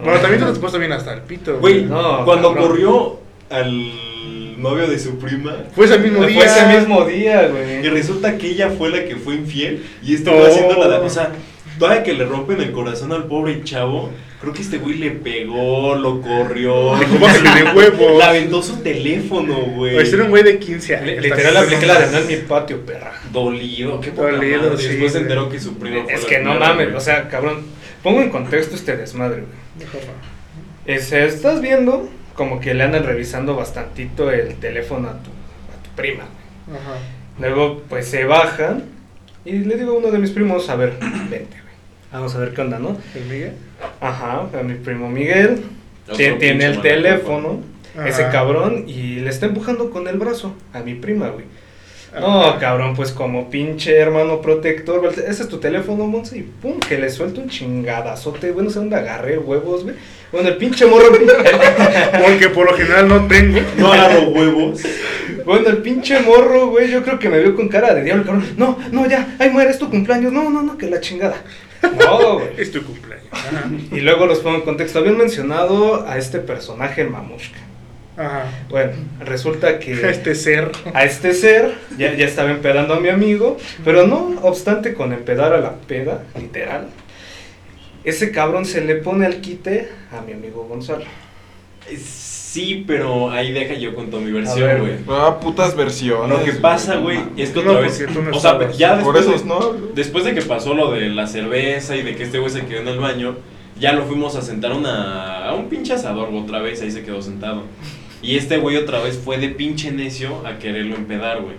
S3: Bueno, también te has puesto bien hasta el pito,
S1: Güey,
S4: No,
S1: cuando
S4: cabrón.
S1: corrió al novio de su prima,
S3: Fue ese mismo día.
S4: Fue ese mismo día, güey.
S1: y resulta que ella fue la que fue infiel y estuvo
S3: No.
S1: haciendo la de. O sea, todavía que le rompen el corazón al pobre chavo, creo que este güey le pegó, lo corrió.
S3: Le dijo, "Bájale de huevos".
S1: Le aventó su teléfono, güey.
S3: Güey, era un güey de 15 años.
S4: Le-
S3: Está-
S4: Literal apliqué la de no en mi patio, perra.
S1: Dolido, qué poca
S3: Dolido,
S1: madre.
S3: sí,
S1: Después se
S3: güey.
S1: enteró que su prima fue
S4: Es
S1: la
S4: que no
S1: mierda,
S4: mames,
S1: güey.
S4: o sea, cabrón. Pongo en contexto este desmadre, güey.
S3: Mejor no.
S4: Es- estás viendo como que le andan revisando bastantito el teléfono a tu, a tu prima.
S3: Ajá.
S4: Luego, pues se bajan y le digo a uno de mis primos, a ver, vente, güey. Vamos a ver qué onda, ¿no?
S3: ¿El Miguel?
S4: Ajá, a mi primo Miguel.
S1: Otro
S4: Tie- tiene
S1: pinche
S4: el
S1: mala
S4: teléfono,
S3: Ajá.
S4: ese cabrón, y le está empujando con el brazo a mi prima, güey.
S3: Ah,
S4: No, cabrón, pues como pinche hermano protector, güey, ese es tu teléfono, Monse, y pum, que le suelto un chingadazote, bueno, sé dónde agarré huevos, güey. Bueno, el pinche morro,
S3: Porque por lo general no tengo.
S5: No agarro huevos.
S4: bueno, el pinche morro, güey, yo creo que me vio con cara de diablo, cabrón. No, no, ya, ay, muere, es tu cumpleaños, no, no, no, que la chingada. No, güey.
S3: Es tu cumpleaños.
S4: Y luego los pongo en contexto. Habían mencionado a este personaje, Mamushka.
S3: Ajá.
S4: Bueno, resulta que
S3: Este ser.
S4: a este ser ya, ya estaba empedando a mi amigo, pero no obstante con empedar a la peda, literal, ese cabrón se le pone al quite a mi amigo Gonzalo.
S1: Sí, pero ahí deja yo con toda mi
S4: ver,
S1: versión, güey.
S4: güey.
S2: Ah, putas versiones.
S1: Lo que pasa, güey, es que
S3: No,
S1: otra vez.
S3: porque tú no
S1: o sea,
S3: estabas.
S1: ya
S2: Por
S1: después,
S2: eso
S1: de,
S2: no.
S1: después de que pasó lo de la cerveza y de que este güey se quedó en el baño, ya lo fuimos a sentar una, a un pinche asador otra vez, ahí se quedó sentado. Y este güey otra vez fue de pinche necio a quererlo empedar, güey.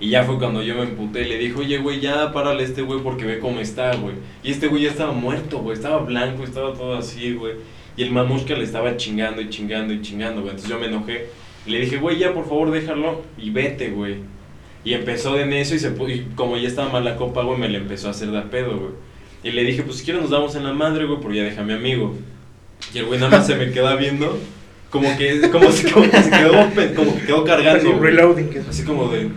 S1: Y ya fue cuando yo me emputé y le dije, oye, güey, ya párale a este güey porque ve cómo está, güey. Y este güey ya estaba muerto, güey, estaba blanco, estaba todo así, güey. Y el mamushka le estaba chingando y chingando y chingando, güey. Entonces yo me enojé. Y le dije, güey, ya por favor déjalo y vete, güey. Y empezó de necio y, se pu- y como ya estaba mal la copa, güey, me le empezó a hacer de a pedo, güey. Y le dije, pues si quieres nos damos en la madre, güey, pero ya deja a mi amigo. Y el güey nada más se me queda viendo, como que, como, se- como que se quedó, pe- como que quedó cargando. güey.
S3: Reloading. que es-
S1: Así como de.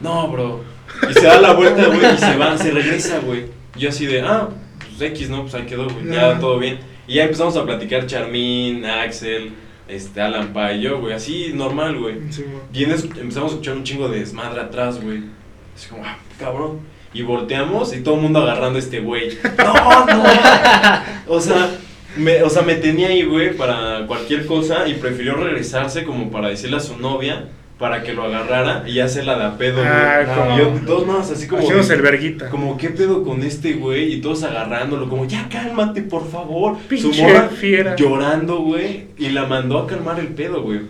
S1: No, bro. Y se da la vuelta, güey, y se va, se regresa, güey. Yo así de, ah, pues X, ¿no? Pues ahí quedó, güey. Ya
S3: Ajá.
S1: todo bien. Y ya empezamos a platicar Charmín, Axel, este, Alan Pa y yo, güey. Así normal, güey.
S3: Sí, güey.
S1: Y en eso empezamos a escuchar un chingo de desmadre atrás, güey. Así como, ah, cabrón. Y volteamos y todo el mundo agarrando a este güey. No, no. O sea, me, o sea, me tenía ahí, güey, para cualquier cosa y prefirió regresarse como para decirle a su novia para que lo agarrara y hacerla de a pedo, güey.
S3: Ah,
S4: como-
S1: Y yo, todos más, así como.
S3: Hacemos el verguita.
S1: Como, ¿qué pedo con este güey? Y todos agarrándolo, como, ya cálmate, por favor. Su
S3: Pinche
S1: morra
S3: fiera.
S1: llorando, güey. Y la mandó a calmar el pedo, güey.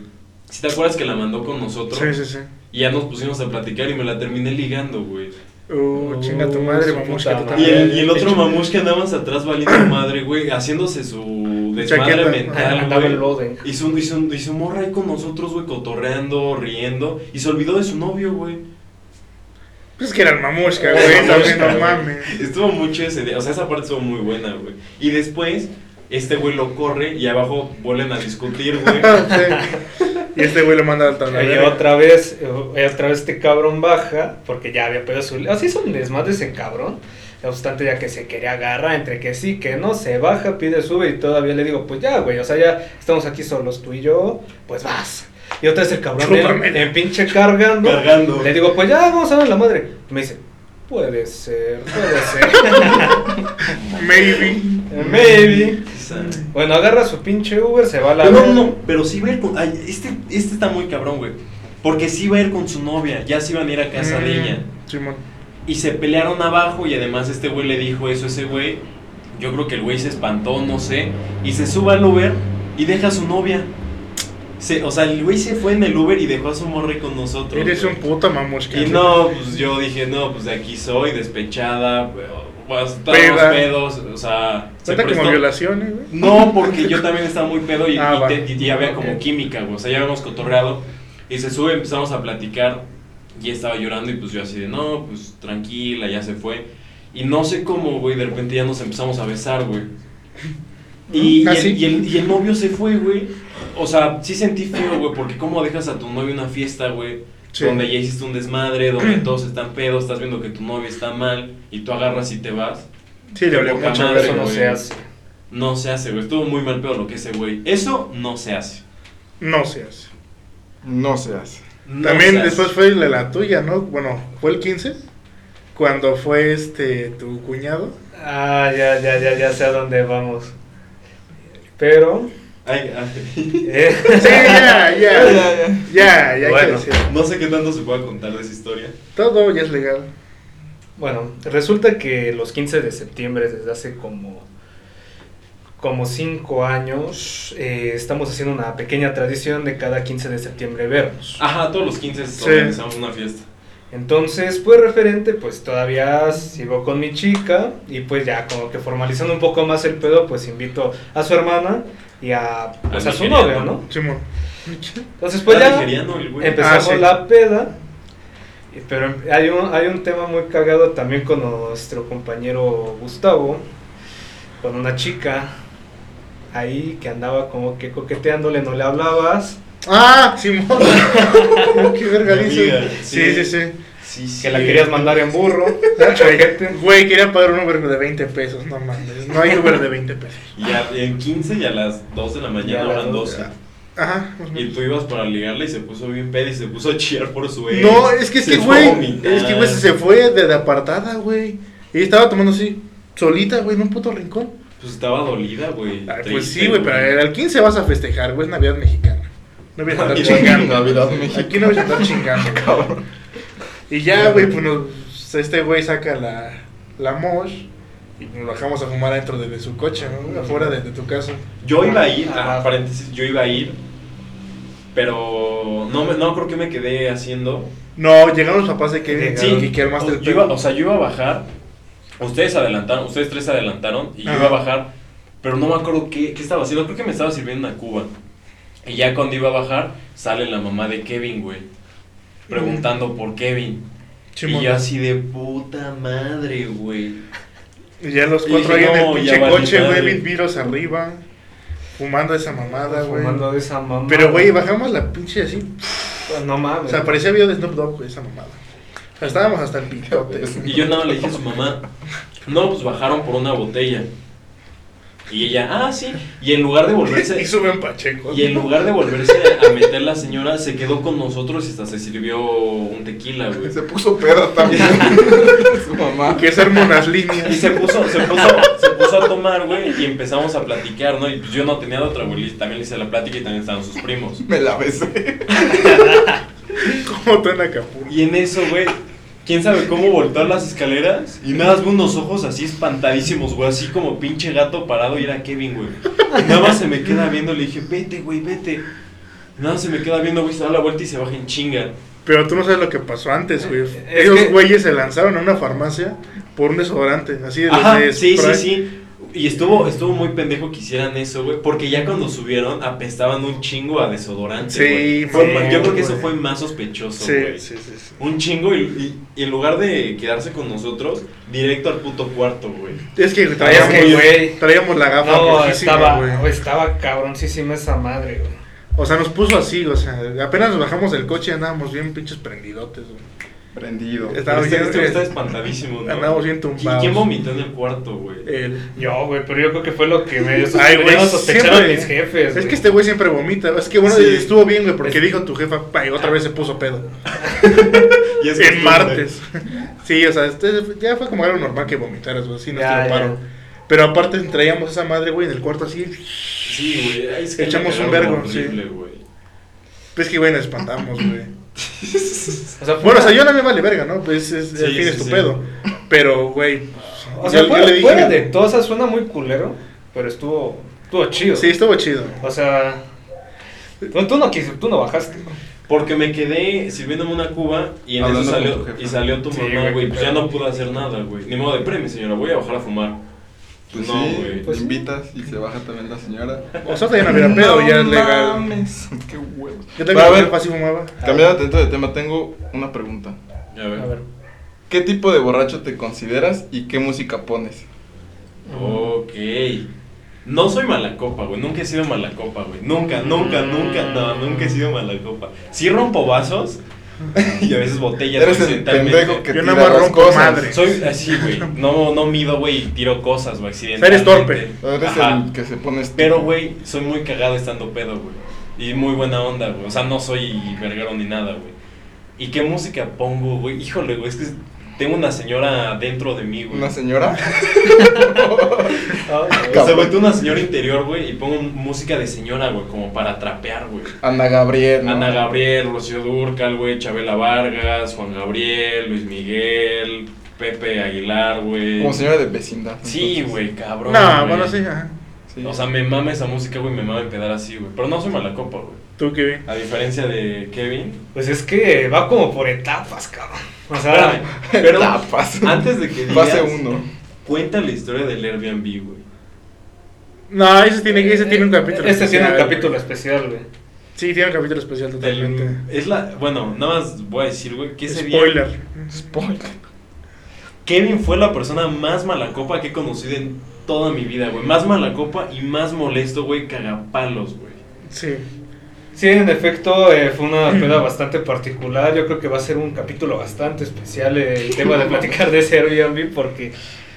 S1: Si te acuerdas que la mandó con nosotros.
S3: Sí, sí, sí.
S1: Y ya nos pusimos a platicar y me la terminé ligando, güey.
S3: Uh, chinga tu madre,
S4: su
S3: mamushka.
S4: puta
S3: tú
S1: Y
S3: también.
S1: el, y el otro mamush que andaba más atrás valiendo madre, güey, haciéndose su desmadre
S3: Chaqueta.
S1: mental,
S4: Andaba
S1: güey.
S4: el loden.
S1: Y su, y, su, y su morra ahí con nosotros, güey, cotorreando, riendo. Y se olvidó de su novio, güey.
S3: Pues que era el mamushka,
S1: Era el
S3: güey. También
S1: mamushka,
S3: no
S1: güey.
S3: mames.
S1: Estuvo mucho ese día. O sea, esa parte estuvo muy buena, güey. Y después, este güey lo corre y abajo vuelven a discutir, güey.
S3: Sí. Y este güey lo manda al
S4: Y
S3: tablero.
S4: otra vez, eh, otra vez este cabrón baja, porque ya había pedido su... Así son desmadres ese cabrón. No obstante, ya que se quería agarrar, entre que sí, que no, se baja, pide, sube y todavía le digo, pues ya, güey, o sea, ya estamos aquí solos tú y yo, pues vas. Y otra vez el cabrón en,
S3: Chúpame.
S4: en pinche cargando.
S1: Cargando.
S4: Le digo, pues ya, vamos a ver la madre. Me dice, puede ser, puede ser.
S3: Maybe.
S4: Maybe.
S1: Esa-
S4: Bueno, agarra su pinche Uber, se va a la...
S1: Pero no,
S4: verga.
S1: no, pero sí va a ir con. ay, este, este está muy cabrón, güey. Porque sí va a ir con su novia. Ya se iban a ir a casa de ella.
S3: Mm, Simón.
S1: Y se pelearon abajo. Y además, este güey le dijo eso a ese güey. Yo creo que el güey se espantó, no sé. Y se sube al Uber y deja a su novia. Se- o sea, el güey se fue en el Uber y dejó a su morre con nosotros.
S3: Eres
S1: güey.
S3: un puto mamushka.
S1: Y no, pues yo dije, no, pues de aquí soy, despechada. Pues, estábamos
S3: Peda.
S1: pedos. O sea, se
S3: Trata como
S1: prestó-
S3: violaciones, güey.
S1: no, porque yo también estaba muy pedo y,
S3: Ah,
S1: y
S3: va.
S1: te- y ya había
S3: Ok.
S1: como química, güey. O sea, ya habíamos cotorreado. Y se sube, empezamos a platicar. Y estaba llorando y pues yo así de, no, pues tranquila, ya se fue. Y no sé cómo, güey, de repente ya nos empezamos a besar, güey. Y, y
S3: Ah,
S1: el-
S3: sí.
S1: y el, y el novio se fue, güey. O sea, sí sentí feo, güey, porque cómo dejas a tu novio en una fiesta, güey.
S3: Sí.
S1: Donde ya hiciste un desmadre, donde todos están pedos, estás viendo que tu novio está mal y tú agarras y te vas.
S3: Sí, le olió
S1: Poca
S3: mucho.
S1: madre,
S4: Eso no
S1: güey.
S4: se hace.
S1: No se hace, güey. Estuvo muy mal peor lo que ese güey. Eso no se hace.
S3: No se hace.
S2: No se hace.
S1: No
S3: También
S1: se hace.
S3: después fue la, la tuya, ¿no? Bueno, fue el 15. Cuando fue este tu cuñado.
S4: Ah, ya, ya, ya, ya sé a dónde vamos. Pero...
S1: Ay, ah, ay.
S4: eh,
S3: Sí, ya, ya. ya, ya, hay que
S4: Bueno.
S3: decirlo.
S1: No sé qué tanto se pueda contar de esa historia.
S3: Todo ya es legal.
S4: Bueno, resulta que los 15 de septiembre, desde hace como, como 5 años, eh, estamos haciendo una pequeña tradición de cada 15 de septiembre vernos.
S1: Ajá, todos los 15
S3: Sí.
S1: organizamos una fiesta.
S4: Entonces, pues referente, pues todavía sigo con mi chica y pues ya como que formalizando un poco más el pedo, pues invito a su hermana y a, pues,
S6: Al
S4: a su
S6: nigeriano.
S4: novio, ¿no?
S3: Simón.
S4: Entonces, pues
S1: Está
S4: ya
S1: nigeriano el güey.
S4: empezamos
S3: Ah, sí.
S4: la peda, y- pero hay un, hay un tema muy cagado también con nuestro compañero Gustavo, con una chica ahí que andaba como que coqueteándole, no le hablabas.
S3: Ah, Simón. Qué verga
S1: Mi amiga,
S3: dice. Sí,
S1: sí.
S3: sí, sí.
S1: Sí, sí.
S4: Que la querías mandar en burro. Gente.
S3: Güey, quería pagar un Uber de 20 pesos. No mames. No hay Uber de 20 pesos.
S1: Y a- en 15 y a las 2 de la
S4: Ya a
S1: mañana,
S4: las
S1: eran
S4: 12.
S1: 12.
S3: Ajá. pues
S1: Y tú ibas para ligarla y se puso bien peda y se puso a chillar por su ex.
S3: No, es que es
S1: Se
S3: que,
S1: fue a
S3: güey.
S1: vomitar.
S3: Es que, güey, se fue de, de apartada, güey. Y estaba tomando así, solita, güey, en un puto rincón.
S1: Pues estaba dolida, güey.
S3: Ay, pues
S1: triste,
S3: sí, güey, pero era el 15 vas a festejar, güey, es Navidad mexicana. No voy a andar
S1: Navidad.
S3: chingando.
S2: Navidad mexicana.
S3: Aquí no voy a andar chingando, cabrón. Y ya, güey, pues nos- este güey saca la, la mosh y nos bajamos a fumar adentro de, de su coche, ¿no? Afuera de, de tu casa.
S1: Yo iba a ir, ah,
S4: Ajá.
S1: paréntesis, yo iba a ir, pero no, me, no creo que me quedé haciendo.
S3: No, llegaron los papás de Kevin
S4: Sí.
S3: y que el
S1: o,
S3: Master
S1: Pues, yo iba, o sea, yo iba a bajar, ustedes adelantaron, ustedes tres adelantaron y yo iba a
S3: Ajá.
S1: bajar, pero no me acuerdo qué, qué estaba haciendo, creo que me estaba sirviendo una cuba. Y ya cuando iba a bajar, sale la mamá de Kevin, güey, preguntando por Kevin.
S3: Simón.
S1: Y yo así de puta madre, güey.
S3: Y ya los
S1: Y
S3: cuatro ahí
S1: dije,
S3: en el
S1: no, ya
S3: pinche
S1: valí
S3: coche, güey,
S1: madre. Pues,
S3: mil viros arriba, fumando esa mamada, güey.
S4: Fumando de esa mamá.
S3: Pero, güey, bajamos la pinche así.
S4: No mames.
S3: O sea, parecía video de Snoop Dogg, güey, esa mamada. O sea, estábamos hasta el pitote.
S1: Y yo nada, le dije a su mamá, no, pues bajaron por una botella. Y ella, ah, sí. Y en lugar de volverse...
S3: Y suben Pacheco.
S1: Y en lugar de volverse a a meter la señora, se quedó con nosotros y hasta se sirvió un tequila, güey.
S2: Se puso perra también. Su mamá.
S3: Que es arma unas líneas.
S1: Y se puso, se puso, se puso a tomar, güey, y empezamos a platicar, ¿no? Y pues yo no tenía de otra, güey, y también le hice la plática y también estaban sus primos.
S2: Me la besé.
S3: Como tú en Acapulco.
S1: Y en eso, güey, quién sabe cómo voltear las escaleras y nada más vi unos ojos así espantadísimos, güey, así como pinche gato parado y era Kevin, güey. Y Nada más se me queda viendo, le dije, vete, güey, vete. Nada más se me queda viendo, güey, se da la vuelta y se baja en chinga.
S3: Pero tú no sabes lo que pasó antes, güey.
S4: Es que-
S3: Esos güeyes se lanzaron a una farmacia por un desodorante. Así de
S1: Ajá,
S3: de
S1: sí, sí,
S3: spray.
S1: sí. Y estuvo, estuvo muy pendejo que hicieran eso, güey. Porque ya cuando subieron apestaban un chingo a desodorante.
S3: Sí,
S1: güey.
S3: sí,
S1: Fue ma- Yo creo que eso
S3: güey.
S1: fue más sospechoso,
S3: Sí,
S1: güey.
S3: sí, sí, sí.
S1: Un chingo y, y- y en lugar de quedarse con nosotros, directo al puto cuarto, güey.
S3: Es que
S4: es
S3: traíamos,
S4: que, güey.
S3: traíamos la gafa
S4: No,
S3: rojísima,
S4: estaba,
S3: güey.
S4: estaba cabroncísima esa madre, güey.
S3: O sea, nos puso así, o sea, apenas nos bajamos del coche y andábamos bien pinches prendidotes, güey.
S2: Prendido.
S3: Estaba
S1: Este-
S3: bien,
S1: este güey está
S3: eh,
S1: espantadísimo, ¿no?
S3: andábamos bien
S1: ¿Y
S3: tumbados. Eh,
S1: quién vomitó en el cuarto, güey?
S3: El-
S4: Yo, güey, pero yo creo que fue lo que me sos-
S3: Ay, güey,
S4: ya lo sospecharon
S3: siempre.
S4: mis jefes.
S3: Es
S4: güey.
S3: que este güey siempre vomita. Es que bueno,
S1: Sí.
S3: estuvo bien, güey, porque
S4: Es- Ah.
S3: dijo tu jefa, "Ay, otra vez se puso pedo.
S1: Y es
S3: En
S1: costumbre.
S3: martes. Sí, o sea, este- ya fue como algo normal que vomitaras, güey, así nos
S4: Ya,
S3: lo paro.
S4: ya.
S3: Pero aparte traíamos esa madre, güey, en el cuarto así. Pues
S1: Sí, güey. ahí es que
S3: Echamos
S1: la
S3: un
S1: cagaron
S3: vergo, sí.
S1: horrible, güey.
S3: Pues que, güey, nos espantamos, güey.
S4: O sea, fue
S3: Bueno, o
S4: una-
S3: sea, yo no me vale verga, ¿no? Pues es,
S1: Sí,
S3: al fin
S1: sí,
S3: es tu
S1: sí.
S3: pedo. Pero, güey.
S4: o sea,
S3: yo- yo
S4: fuera,
S3: le dije-
S4: fuera de todo, o sea, suena muy culero, pero estuvo, estuvo chido.
S3: Sí, estuvo chido.
S4: O sea, tú, tú no quisiste, tú no bajaste. güey.
S1: Porque me quedé sirviéndome una cuba y en
S2: Hablando
S1: eso
S2: con
S1: salió,
S2: tu jefa.
S1: y salió tu
S4: Sí,
S1: mamá,
S4: güey,
S1: güey. Pues ya
S4: claro.
S1: no pude hacer nada, güey. Ni modo de premio, señora. Voy a bajar a fumar.
S2: Pues
S1: no,
S2: sí,
S1: güey.
S4: Pues sí.
S2: invitas y se baja también la señora.
S3: O sea, ya no hubiera pedo, ya es legal.
S2: mames, Qué huevo.
S3: Yo
S2: Pero, a ver,
S3: también ver, así fumaba.
S2: cambiando atento de tema, tengo una pregunta.
S1: Ya
S4: A ver.
S2: ¿Qué tipo de borracho te consideras y qué música pones?
S1: Ok. No soy mala copa, güey. Nunca he sido mala copa, güey. Nunca, nunca,
S4: Mm.
S1: nunca. No, nunca he sido mala copa. Sí rompo vasos y a veces botellas.
S2: Eres el
S1: accidentalmente.
S2: pendejo que
S3: Yo
S2: tira
S3: nada más
S2: las
S3: rompo
S2: cosas.
S3: madre.
S1: Soy así, güey. No, no mido, güey, y tiro cosas, güey,
S3: Eres
S1: accidentalmente.
S3: torpe.
S2: Eres
S1: Ajá.
S2: el que se pone este, estúpido.
S1: Pero, güey, soy muy cagado estando pedo, güey. Y muy buena onda, güey. O sea, no soy verguero ni nada, güey. ¿Y qué música pongo, güey? Híjole, güey, es que tengo una señora dentro de mí, güey.
S2: ¿Una señora?
S1: O sea, güey, tengo una señora interior, güey, y pongo música de señora, güey, como para trapear, güey.
S2: Ana Gabriel. ¿no?
S1: Ana Gabriel, Rocío Durcal, güey, Chabela Vargas, Juan Gabriel, Luis Miguel, Pepe Aguilar, güey.
S2: Como señora de vecindad.
S1: Sí,
S2: entonces.
S1: güey, cabrón.
S3: No,
S1: güey.
S3: bueno, sí, ajá.
S2: Sí.
S1: O sea, me mama esa música, güey, me mama empedar así, güey. Pero no soy mala copa, güey.
S3: ¿Tú qué bien?
S1: A diferencia de Kevin.
S4: Pues es que va como por etapas, cabrón. O sea,
S1: Espérame, pero
S2: Etapas.
S1: antes de que digas,
S2: Fase 1.
S1: cuenta la historia del Airbnb, güey.
S3: No, ese tiene, ese tiene un capítulo
S4: Este tiene un
S3: especial,
S4: capítulo
S3: güey.
S4: especial, güey.
S3: Sí, tiene un capítulo especial totalmente.
S1: Del- es la, bueno, nada más voy a decir, güey, que ese día
S3: Spoiler.
S2: Spoiler.
S1: Kevin fue la persona más malacopa que he conocido en toda mi vida, güey. Más malacopa y más molesto, güey, cagapalos, güey.
S3: Sí.
S4: Sí, en efecto, eh, fue una peda bastante particular. Yo creo que va a ser un capítulo bastante especial eh, el tema de platicar de ese Airbnb porque,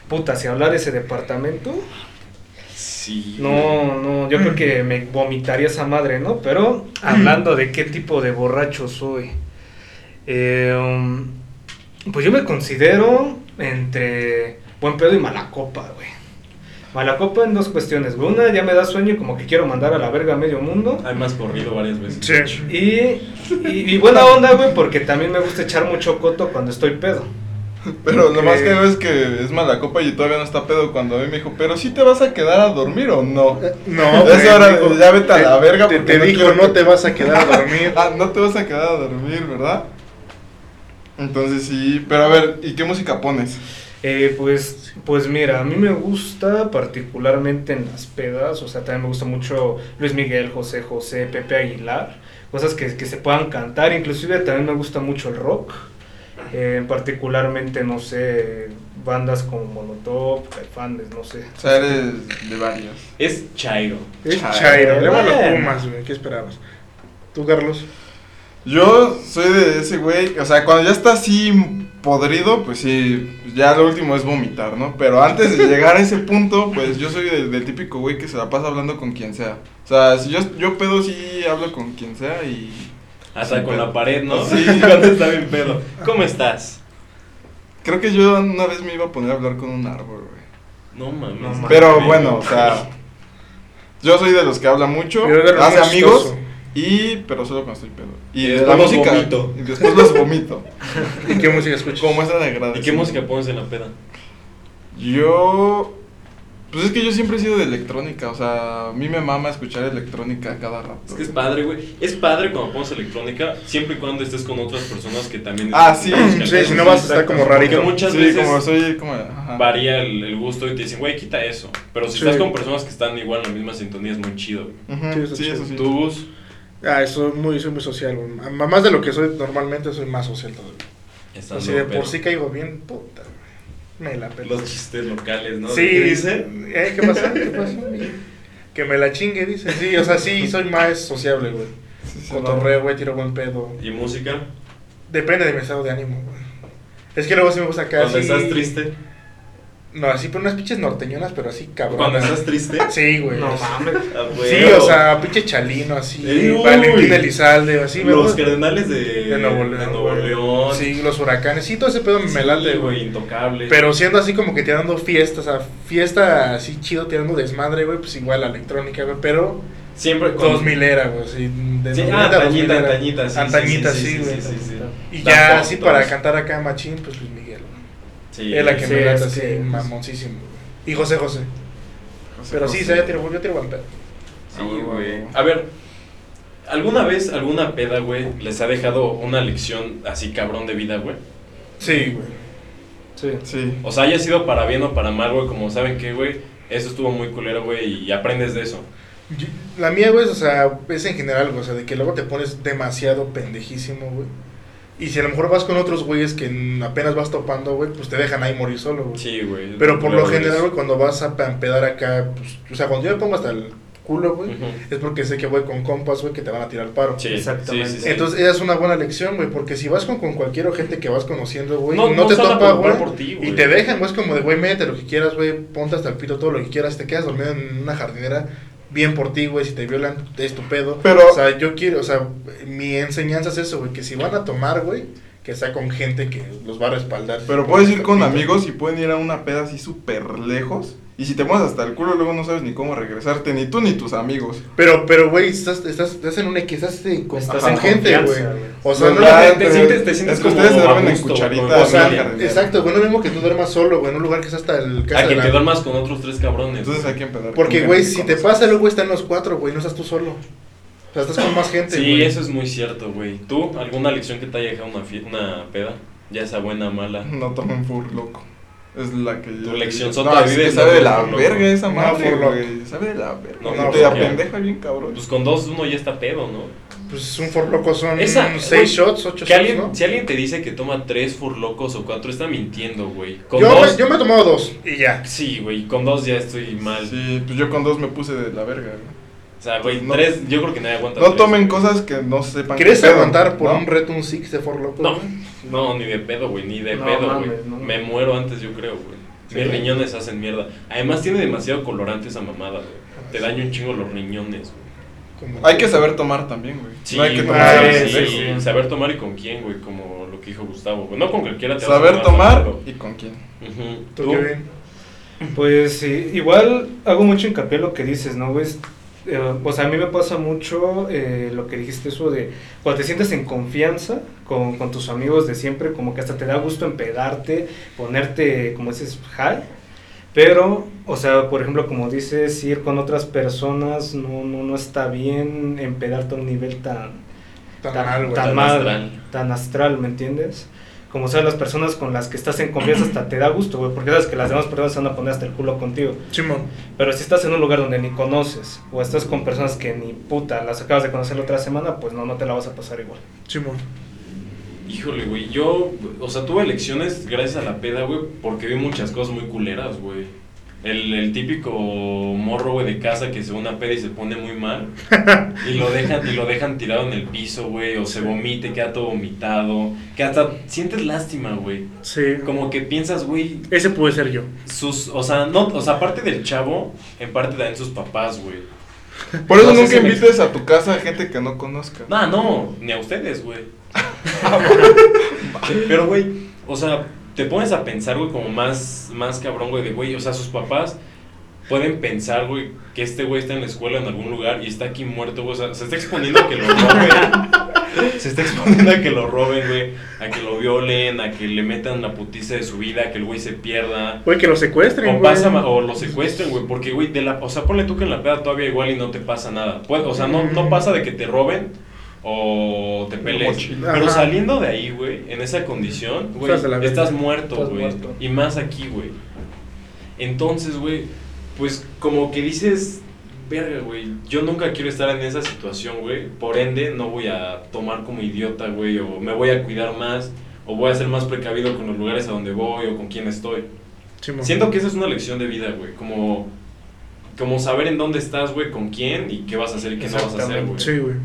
S4: puta, si hablar de ese departamento,
S1: Sí.
S4: no, no, yo creo que me vomitaría esa madre, ¿no? Pero hablando de qué tipo de borracho soy, eh, um, pues yo me considero entre buen pedo y mala copa, güey. Mala copa en dos cuestiones. güey. Una, ya me da sueño y como que quiero mandar a la verga a medio mundo.
S1: Hay más corrido varias
S2: Pues
S1: veces.
S3: Sí.
S4: Y, y- y buena onda, güey, porque también me gusta echar mucho coto cuando estoy pedo.
S2: Pero lo más que
S4: Ok.
S2: veo es que es mala copa y todavía no está pedo cuando a mí me dijo, pero si te vas a quedar a dormir o no.
S3: No,
S2: Eh, Es hora de-
S3: dijo-
S2: ya vete a la
S3: te-
S2: verga
S3: Te,
S2: porque
S3: te
S2: no
S3: dijo,
S2: quiero
S3: no
S2: que-
S3: te vas a quedar a dormir.
S2: Ah, no te vas a quedar a dormir, ¿verdad? Entonces sí, pero a ver, ¿y qué música pones?
S4: Eh, pues, pues mira, a mí me gusta particularmente en las pedas, o sea, también me gusta mucho Luis Miguel, José José, Pepe Aguilar, cosas que, que se puedan cantar, inclusive también me gusta mucho el rock, eh, particularmente, no sé, bandas como Molotov, Caifanes, no sé.
S2: O sea, eres de varios.
S1: Es Chairo.
S3: Es
S2: Chairo.
S3: Chairo. Le van los
S4: Bueno.
S3: Pumas, güey. ¿Qué esperabas? ¿Tú, Carlos?
S2: Yo soy de ese güey, o sea, cuando ya está así podrido, pues sí, ya lo último es vomitar, ¿no? Pero antes de llegar a ese punto, pues yo soy del, del típico güey que se la pasa hablando con quien sea. O sea, si yo, yo pedo sí hablo con quien sea y
S1: Hasta
S2: Sí,
S1: con
S2: pero-
S1: la pared, ¿no?
S2: Sí.
S1: cuando está bien pedo. ¿Cómo estás?
S2: creo que yo una vez me iba a poner a hablar con un árbol, güey.
S1: No mames.
S4: No mames.
S2: Pero bueno, o sea, yo soy de los que habla mucho,
S3: Yo era
S2: hace
S3: muy
S2: amigos
S3: chistoso.
S2: y pero solo cuando estoy pedo. Y
S5: Y
S2: de
S5: después
S2: la
S5: los
S2: música
S5: vomito.
S2: y después los vomito.
S3: ¿Y qué música escuchas?
S2: Como muestra de agradecimiento.
S1: ¿Y qué música pones en la peda?
S2: Yo. Pues es que yo siempre he sido de electrónica, o sea, a mí me mama escuchar electrónica cada rato.
S1: Es que es padre, güey. Es padre cuando pones electrónica, siempre y cuando estés con otras personas que también...
S2: Ah, sí,
S1: escuchan música.
S3: Sí, si no vas a estar como
S1: Porque
S3: rarito.
S1: muchas
S2: sí,
S1: veces
S2: como soy como. ajá.
S1: varía el, el gusto y te dicen, güey, quita eso. Pero si
S3: Sí.
S1: estás con personas que están igual en la misma sintonía, es muy chido, güey.
S2: Ujú,
S3: Sí, eso
S2: sí,
S3: chido.
S2: eso sí.
S1: ¿Tú, Gus?
S3: Ah, soy muy, soy muy social. güey. M- Más de lo que soy normalmente, soy más social todavía.
S1: Estando
S3: Así de por
S1: pues, pedo.
S3: sí caigo bien, puta. güey. Me la pelo.
S1: Los chistes locales, ¿no?
S3: Sí,
S1: ¿Qué
S3: dice.
S1: dice?
S3: ¿Eh? ¿Qué pasó? ¿Qué pasó? Que me la chingue, dice. Sí, o sea, sí, soy más sociable, güey.
S2: Sí, sí,
S3: Cotorreo, güey, tiro buen pedo.
S1: ¿Y música?
S3: Depende de mi estado de ánimo, güey. Es que luego sí me gusta acá.
S1: Cuando
S3: así-
S1: estás triste.
S3: No, así, pero unas pinches norteñonas, pero así, cabrón.
S1: Cuando estás triste.
S3: Sí, güey.
S4: No mames.
S1: Ah, güey.
S3: Sí, o sea, pinche Chalino, así,
S1: Sí, uy.
S3: Valentín Elizalde, así, me
S1: los
S3: gusta.
S1: cardenales de,
S3: de Nuevo León.
S1: de Nuevo
S3: güey.
S1: León.
S3: Sí, los huracanes, sí, todo ese pedo
S1: Sí,
S3: me late, güey.
S1: Intocable.
S3: Pero siendo así como que tirando fiestas, o sea, fiesta así chido, tirando desmadre, güey, pues igual la electrónica, güey, pero
S1: Siempre con.
S3: dos milera, güey, así, de
S1: Sí, ah,
S3: 90 a
S1: antañita,
S3: 2000era.
S1: antañita. sí,
S3: Antañita,
S1: sí,
S3: sí,
S1: sí,
S3: güey.
S1: sí, sí, sí.
S3: Y ya
S1: Tampoco,
S3: así para
S1: todos.
S3: cantar acá machín, pues Luis Miguel, güey.
S1: Sí.
S3: Es la que
S4: sí,
S3: me late
S4: es
S3: así,
S4: que-
S3: mamoncísimo, güey. Y José José.
S2: José
S3: Pero sí,
S2: José.
S3: se yo tiro, yo tiro buen pedo.
S1: Sí,
S2: Ah, güey,
S1: güey.
S2: güey.
S1: A ver, ¿alguna vez alguna peda, güey, les ha dejado una lección así cabrón de vida, güey?
S3: Sí, güey.
S4: Sí.
S2: Sí.
S1: O sea, haya sido para bien o para mal, güey, como saben que, güey, eso estuvo muy culero, güey, y aprendes de eso.
S3: Yo- La mía, güey, o sea, es en general, güey, o sea, de que luego te pones demasiado pendejísimo, güey. Y si a lo mejor vas con otros güeyes que n- apenas vas topando, güey, pues te dejan ahí morir solo, güey.
S1: Sí, güey.
S3: Pero por lo
S1: Luego
S3: general, güey,
S1: eres-
S3: cuando vas a pampedar acá, pues, o sea, cuando yo me pongo hasta el culo, güey,
S1: Ujú.
S3: es porque sé que voy con compas, güey, que te van a tirar paro.
S1: Sí,
S4: Exactamente.
S1: sí, sí, sí.
S3: Entonces, esa es una buena lección, güey, porque si vas con, con cualquier gente que vas conociendo, güey,
S1: No-
S3: no,
S1: no
S3: te
S1: se van a
S3: topa,
S1: preocupar
S3: güey,
S1: por ti,
S3: y
S1: güey.
S3: te dejan, güey, es como de, güey, mete lo que quieras, güey, ponte hasta el pito todo lo que quieras, te quedas dormido en una jardinera, bien por ti, güey, si te violan, es tu pedo.
S2: Pero-
S3: O sea, yo quiero, o sea, mi enseñanza es eso, güey, que si van a tomar, güey, que está con gente que los va a respaldar.
S2: Pero puedes ir con amigos y pueden ir a una peda así súper lejos. Y si te mueves hasta el culo, luego no sabes ni cómo regresarte, ni tú ni tus amigos.
S3: Pero, pero, güey, estás, estás, estás en un equipo, estás eh, con,
S4: Estás
S3: con
S2: en
S3: gente, güey.
S4: confianza, güey.
S3: O sea,
S2: No,
S3: no,
S2: ya,
S5: te sientes- te sientes
S2: es que ustedes
S5: como
S2: se duermen
S5: a
S2: en
S5: gusto,
S2: cucharitas.
S5: como-
S3: o sea,
S2: ¿no? Jardinera.
S3: exacto, güey, no es lo mismo que tú duermas solo, güey, en un lugar que es hasta el
S1: A que
S3: de la-
S1: te duermas con otros tres cabrones.
S2: Entonces hay que empezar.
S3: Porque,
S2: con
S3: güey,
S2: gente
S3: si te
S2: con-
S3: pasa luego están los cuatro, güey, no estás tú solo. O sea, estás con más gente,
S1: sí,
S3: güey.
S1: eso es muy cierto, güey. ¿Tú alguna lección que te haya dejado una, fie- una peda? Ya sea buena, mala.
S2: No tomen fur loco. Es la que yo.
S1: Tu lección
S2: no,
S1: sota de
S2: es
S1: vida
S2: que
S1: es
S2: sabe
S1: no
S2: de la
S1: Fur Loco.
S2: verga esa
S3: No,
S2: madre,
S3: Fur Loco.
S2: güey. Sabe de la verga.
S1: No,
S2: Y
S3: no,
S2: te
S1: porque-
S2: apendeja bien, cabrón.
S1: Pues con dos uno ya está pedo, ¿no?
S3: Pues un forloco son
S1: Esa,
S3: seis
S1: güey,
S3: shots, ocho
S1: Que
S3: shots,
S1: alguien-
S3: ¿no?
S1: Si alguien te dice que toma tres furlocos o cuatro, está mintiendo, güey. Con
S3: Yo
S1: dos...
S3: me, yo me he tomado dos y ya.
S1: Sí, güey, con dos ya estoy mal.
S2: Sí, pues yo con dos me puse de la verga, güey.
S1: O sea, güey,
S2: No.
S1: tres, yo creo que nadie aguanta
S2: No
S1: tres,
S2: tomen
S1: güey.
S2: cosas que no sepan.
S3: ¿Quieres
S2: qué pedo,
S3: aguantar por
S2: ¿no?
S3: un reto un six de forloco?
S1: No, no, ni de pedo, güey, ni de
S4: No,
S1: pedo,
S4: mames,
S1: güey.
S4: no.
S1: Me muero antes, yo creo, güey.
S3: Sí.
S1: Mis riñones hacen mierda. Además, tiene demasiado colorante esa mamada, güey. Te daña un chingo los riñones, güey.
S2: Hay que saber tomar también, güey.
S1: Sí,
S2: no hay que
S1: güey,
S2: tomar.
S4: güey,
S2: a
S1: sí,
S2: los pendejos.
S4: sí.
S1: Saber tomar y con quién, güey, como lo que dijo Gustavo, güey. No con cualquiera te vas a
S2: Saber tomar
S1: pero-
S2: y con quién.
S1: Ujú.
S3: ¿Tú,
S1: ¿Tú?
S3: qué bien?
S4: Pues sí, igual hago mucho hincapié en lo que dices, ¿no, güey? Eh, o sea, a mí me pasa mucho eh, lo que dijiste, eso de cuando te sientes en confianza con, con tus amigos de siempre, como que hasta te da gusto empedarte, ponerte, como dices, high. Pero, o sea, por ejemplo, como dices, ir con otras personas no, no, no está bien empedarte a un nivel tan,
S3: Tan, mal, güey.
S1: tan-
S4: mal,
S1: astral.
S4: tan astral, ¿me entiendes? Como sabes, las personas con las que estás en confianza hasta te da gusto, güey, porque sabes que las demás personas se van a poner hasta el culo contigo.
S3: Simón.
S4: Pero si estás en un lugar donde ni conoces o estás con personas que ni puta las acabas de conocer la otra semana, pues no, no te la vas a pasar igual.
S3: Simón.
S1: Híjole, güey, yo, o sea, tuve elecciones gracias a la peda, güey, porque vi muchas cosas muy culeras, güey. El, el típico morro, güey, de casa que se va a una peda y se pone muy mal. Y lo dejan, y lo dejan tirado en el piso, güey, o se vomite, queda todo vomitado. Que hasta sientes lástima, güey.
S3: Sí.
S1: Como que piensas, güey,
S3: Ese puede ser yo.
S1: sus, o sea, no, o sea, aparte del chavo, en parte también sus papás, güey.
S2: Por eso
S1: No sé
S2: nunca
S1: si me-
S2: invites a tu casa a gente que no conozca.
S1: No, no, ni a ustedes, güey. Pero, güey, o sea, te pones a pensar, güey, como más, más cabrón, güey, de, güey, o sea, sus papás pueden pensar, güey, que este güey está en la escuela en algún lugar y está aquí muerto, güey, o sea, se está exponiendo a que lo roben. Se está exponiendo a que lo roben, güey, a que lo violen, a que le metan la putiza de su vida, a que el güey se pierda.
S3: Güey, que lo secuestren,
S1: O,
S3: güey.
S1: pasa, ma- o lo secuestren, güey, porque, güey, de la, o sea, ponle tú que en la peda todavía igual y no te pasa nada. Puede- o sea, no, no pasa de que te roben o te pelees.
S3: mochila.
S1: Pero
S3: Ajá.
S1: saliendo de ahí, güey, en esa condición, güey,
S3: Estás de la verga.
S1: estás muerto,
S4: Estás
S1: güey.
S4: muerto.
S1: Y más aquí, güey. Entonces, güey, pues como que dices, verga, güey, yo nunca quiero estar en esa situación, güey. Por ende, no voy a tomar como idiota, güey, o me voy a cuidar más, o voy a ser más precavido con los lugares a donde voy o con quién estoy.
S3: Simón.
S1: Siento que esa es una lección de vida, güey. Como, como saber en dónde estás, güey, con quién y qué vas a hacer y qué no vas a hacer, güey.
S3: Sí, güey.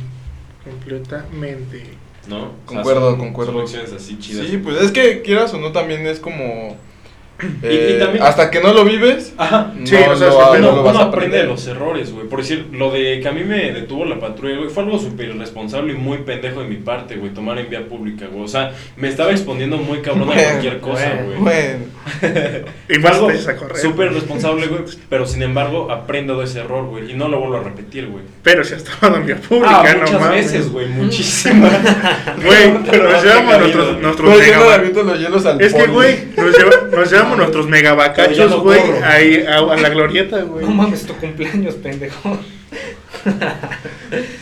S3: Completamente.
S1: ¿No? O sea,
S2: Concuerdo,
S1: son-
S2: concuerdo.
S1: Son lecciones así chidas.
S2: Sí, pues es que quieras o no, también es como. eh,
S1: Y- y también-
S2: Hasta que no lo vives,
S1: Ajá.
S2: no,
S3: Sí, no sabes
S2: lo,
S3: qué
S2: ha- no
S3: pedo.
S1: Pero
S2: lo
S1: uno
S2: vas a
S1: aprende de
S2: aprender.
S1: los errores, güey. Por decir, lo de que a mí me detuvo la patrulla, güey, fue algo súper irresponsable y muy pendejo de mi parte, güey, tomar en vía pública, güey. O sea, me estaba exponiendo muy cabrón a
S2: Bueno,
S1: cualquier cosa,
S4: bueno,
S1: güey.
S2: Bueno,
S3: Y
S1: Fue
S3: más
S1: algo
S3: te echas a correr.
S1: súper responsable, güey, pero sin embargo aprendo de ese error, güey, y no lo vuelvo a repetir, güey. Mm.
S3: Pero si has tomado en vía pública,
S1: Ah,
S3: no
S1: muchas
S3: mames.
S1: veces, güey, muchísimas.
S3: Güey, pero nos llevamos
S1: Precavido,
S3: nuestros,
S1: güey.
S2: pero
S3: nuestros
S2: yo no le
S3: megabac-
S2: aviento los hielos al
S3: Es que,
S2: poli.
S3: güey, nos, lleva- nos llevamos nuestros
S1: Pero
S3: megabacachos,
S1: ya no
S3: güey,
S1: corro.
S3: ahí a, a la glorieta, güey.
S4: No mames, tu cumpleaños, pendejo.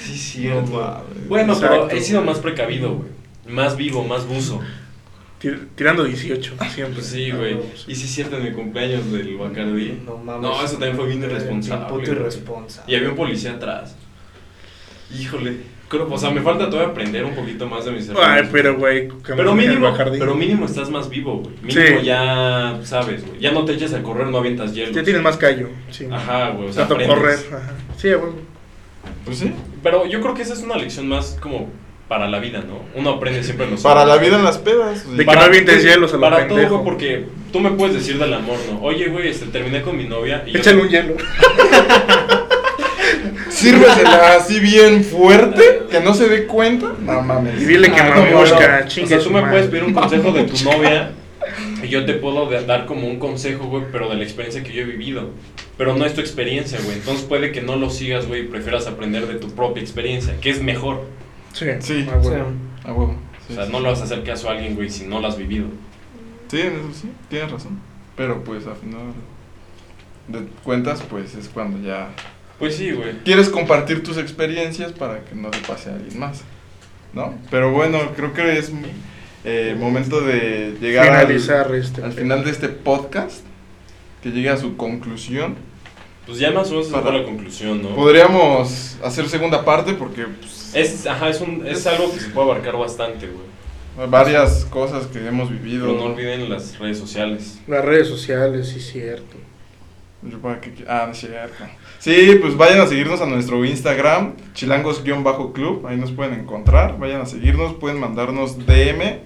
S1: Sí,
S2: cierto. No mames.
S1: bueno,
S3: Exacto,
S1: pero he sido
S3: güey.
S1: más precavido, güey. Más vivo, más buzo.
S3: Tir- tirando 18, siempre. Ah,
S1: Pues sí, güey. Y sí es cierto en mi cumpleaños del Bacardí.
S4: No mames.
S1: No, eso también fue bien irresponsable.
S4: Un puto
S1: güey.
S4: irresponsable.
S1: Y había un policía atrás. Híjole. Creo, o sea, me falta todavía aprender un poquito más de mis errores.
S3: pues, Ay, pero, güey. que
S1: Pero
S3: me diga el
S1: mínimo,
S3: Bacardi.
S1: pero mínimo estás más vivo, güey. Mínimo
S3: Sí.
S1: ya sabes, güey. Ya no te echas a correr, no avientas hielo.
S3: Ya tienes más callo, sí.
S1: Ajá, güey. O sea,
S3: Tanto
S1: aprendes.
S3: correr. Ajá. Sí, güey.
S2: Pues sí.
S1: Pero yo creo que esa es una lección más como para la vida, ¿no? Uno aprende siempre los
S2: Para la vida en las pedas.
S3: De
S2: sí.
S3: que- no avientes
S1: güey,
S3: hielos a lo
S1: Para todo,
S3: pendejo.
S1: güey, porque tú me puedes decir del amor, ¿no? Oye, güey, este, terminé con mi novia y yo-
S3: Échale un hielo.
S2: Sírvesela así bien fuerte, que que no se dé cuenta, no mames.
S3: Y dile que
S5: Ah,
S3: mami
S5: no,
S3: busca,
S5: no. O
S3: chingue
S5: sea, tú
S3: su
S5: me
S3: madre.
S5: puedes pedir un consejo de tu novia
S1: Y yo te puedo de- dar como un consejo, güey, pero de la experiencia que yo he vivido. Pero no es tu experiencia, güey. Entonces puede que no lo sigas, güey, y prefieras aprender de tu propia experiencia, que es mejor.
S3: Sí,
S2: Sí.
S3: ah, bueno.
S2: A huevo.
S1: O
S2: Sí,
S1: sea,
S2: sí.
S1: no lo vas a hacer caso a alguien, güey, si no lo has vivido.
S2: Sí, en eso sí, tienes razón. Pero pues al final de cuentas, pues es cuando ya
S1: Pues sí, güey.
S2: quieres compartir tus experiencias para que no le pase a alguien más. ¿No? Pero bueno, creo que es eh, momento de llegar al-
S3: Finalizar este.
S2: al final de este podcast, que llegue a su conclusión.
S1: Pues ya más o menos esa
S2: Para-
S1: fue la conclusión, ¿no?
S2: Podríamos hacer segunda parte porque pues,
S1: Es, ajá, es, un, es algo que se puede abarcar bastante, güey.
S2: varias cosas que hemos vivido.
S1: Pero no olviden las redes sociales.
S3: Las redes sociales, sí, cierto.
S2: Yo para que- ah, no es cierto. Sí, pues vayan a seguirnos a nuestro Instagram, chilangos-club, ahí nos pueden encontrar, vayan a seguirnos, pueden mandarnos DM, eh,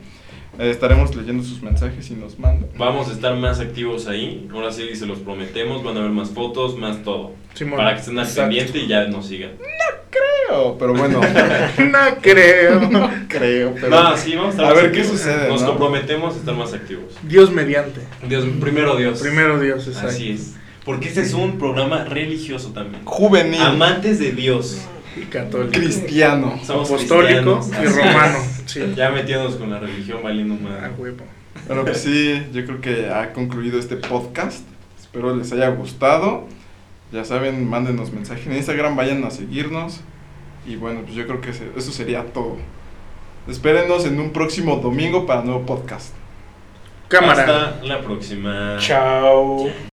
S2: estaremos leyendo sus mensajes y nos mandan.
S1: Vamos a estar más activos ahí. Ahora sí, se los prometemos. Van a ver más fotos, más todo.
S3: Simón.
S1: Para que estén al
S3: Exacto.
S1: pendiente y ya nos sigan.
S2: Creo, pero bueno,
S3: No creo.
S2: creo, pero...
S1: No, sí, vamos a estar
S2: A
S1: más
S2: ver qué
S1: activos.
S2: sucede,
S1: Nos
S2: ¿no?
S1: comprometemos a estar más activos.
S3: Dios mediante.
S1: Dios, primero Dios.
S3: Primero Dios, exacto.
S1: Así es. Porque este es un programa religioso también.
S2: Juvenil,
S1: Amantes de Dios.
S3: Y católico.
S2: cristiano.
S1: Somos
S3: Apostólico y
S1: cristianos.
S3: romano. Sí.
S1: Ya metiéndonos con la religión valiendo
S3: A
S1: madre.
S3: huevo.
S2: Bueno, pues sí, yo creo que ha concluido este podcast. Espero les haya gustado. Ya saben, mándenos mensaje en Instagram, vayan a seguirnos. Y bueno, pues yo creo que se- eso sería todo. Espérenos en un próximo domingo para nuevo podcast.
S3: Cámara.
S1: Hasta la próxima.
S4: Chao.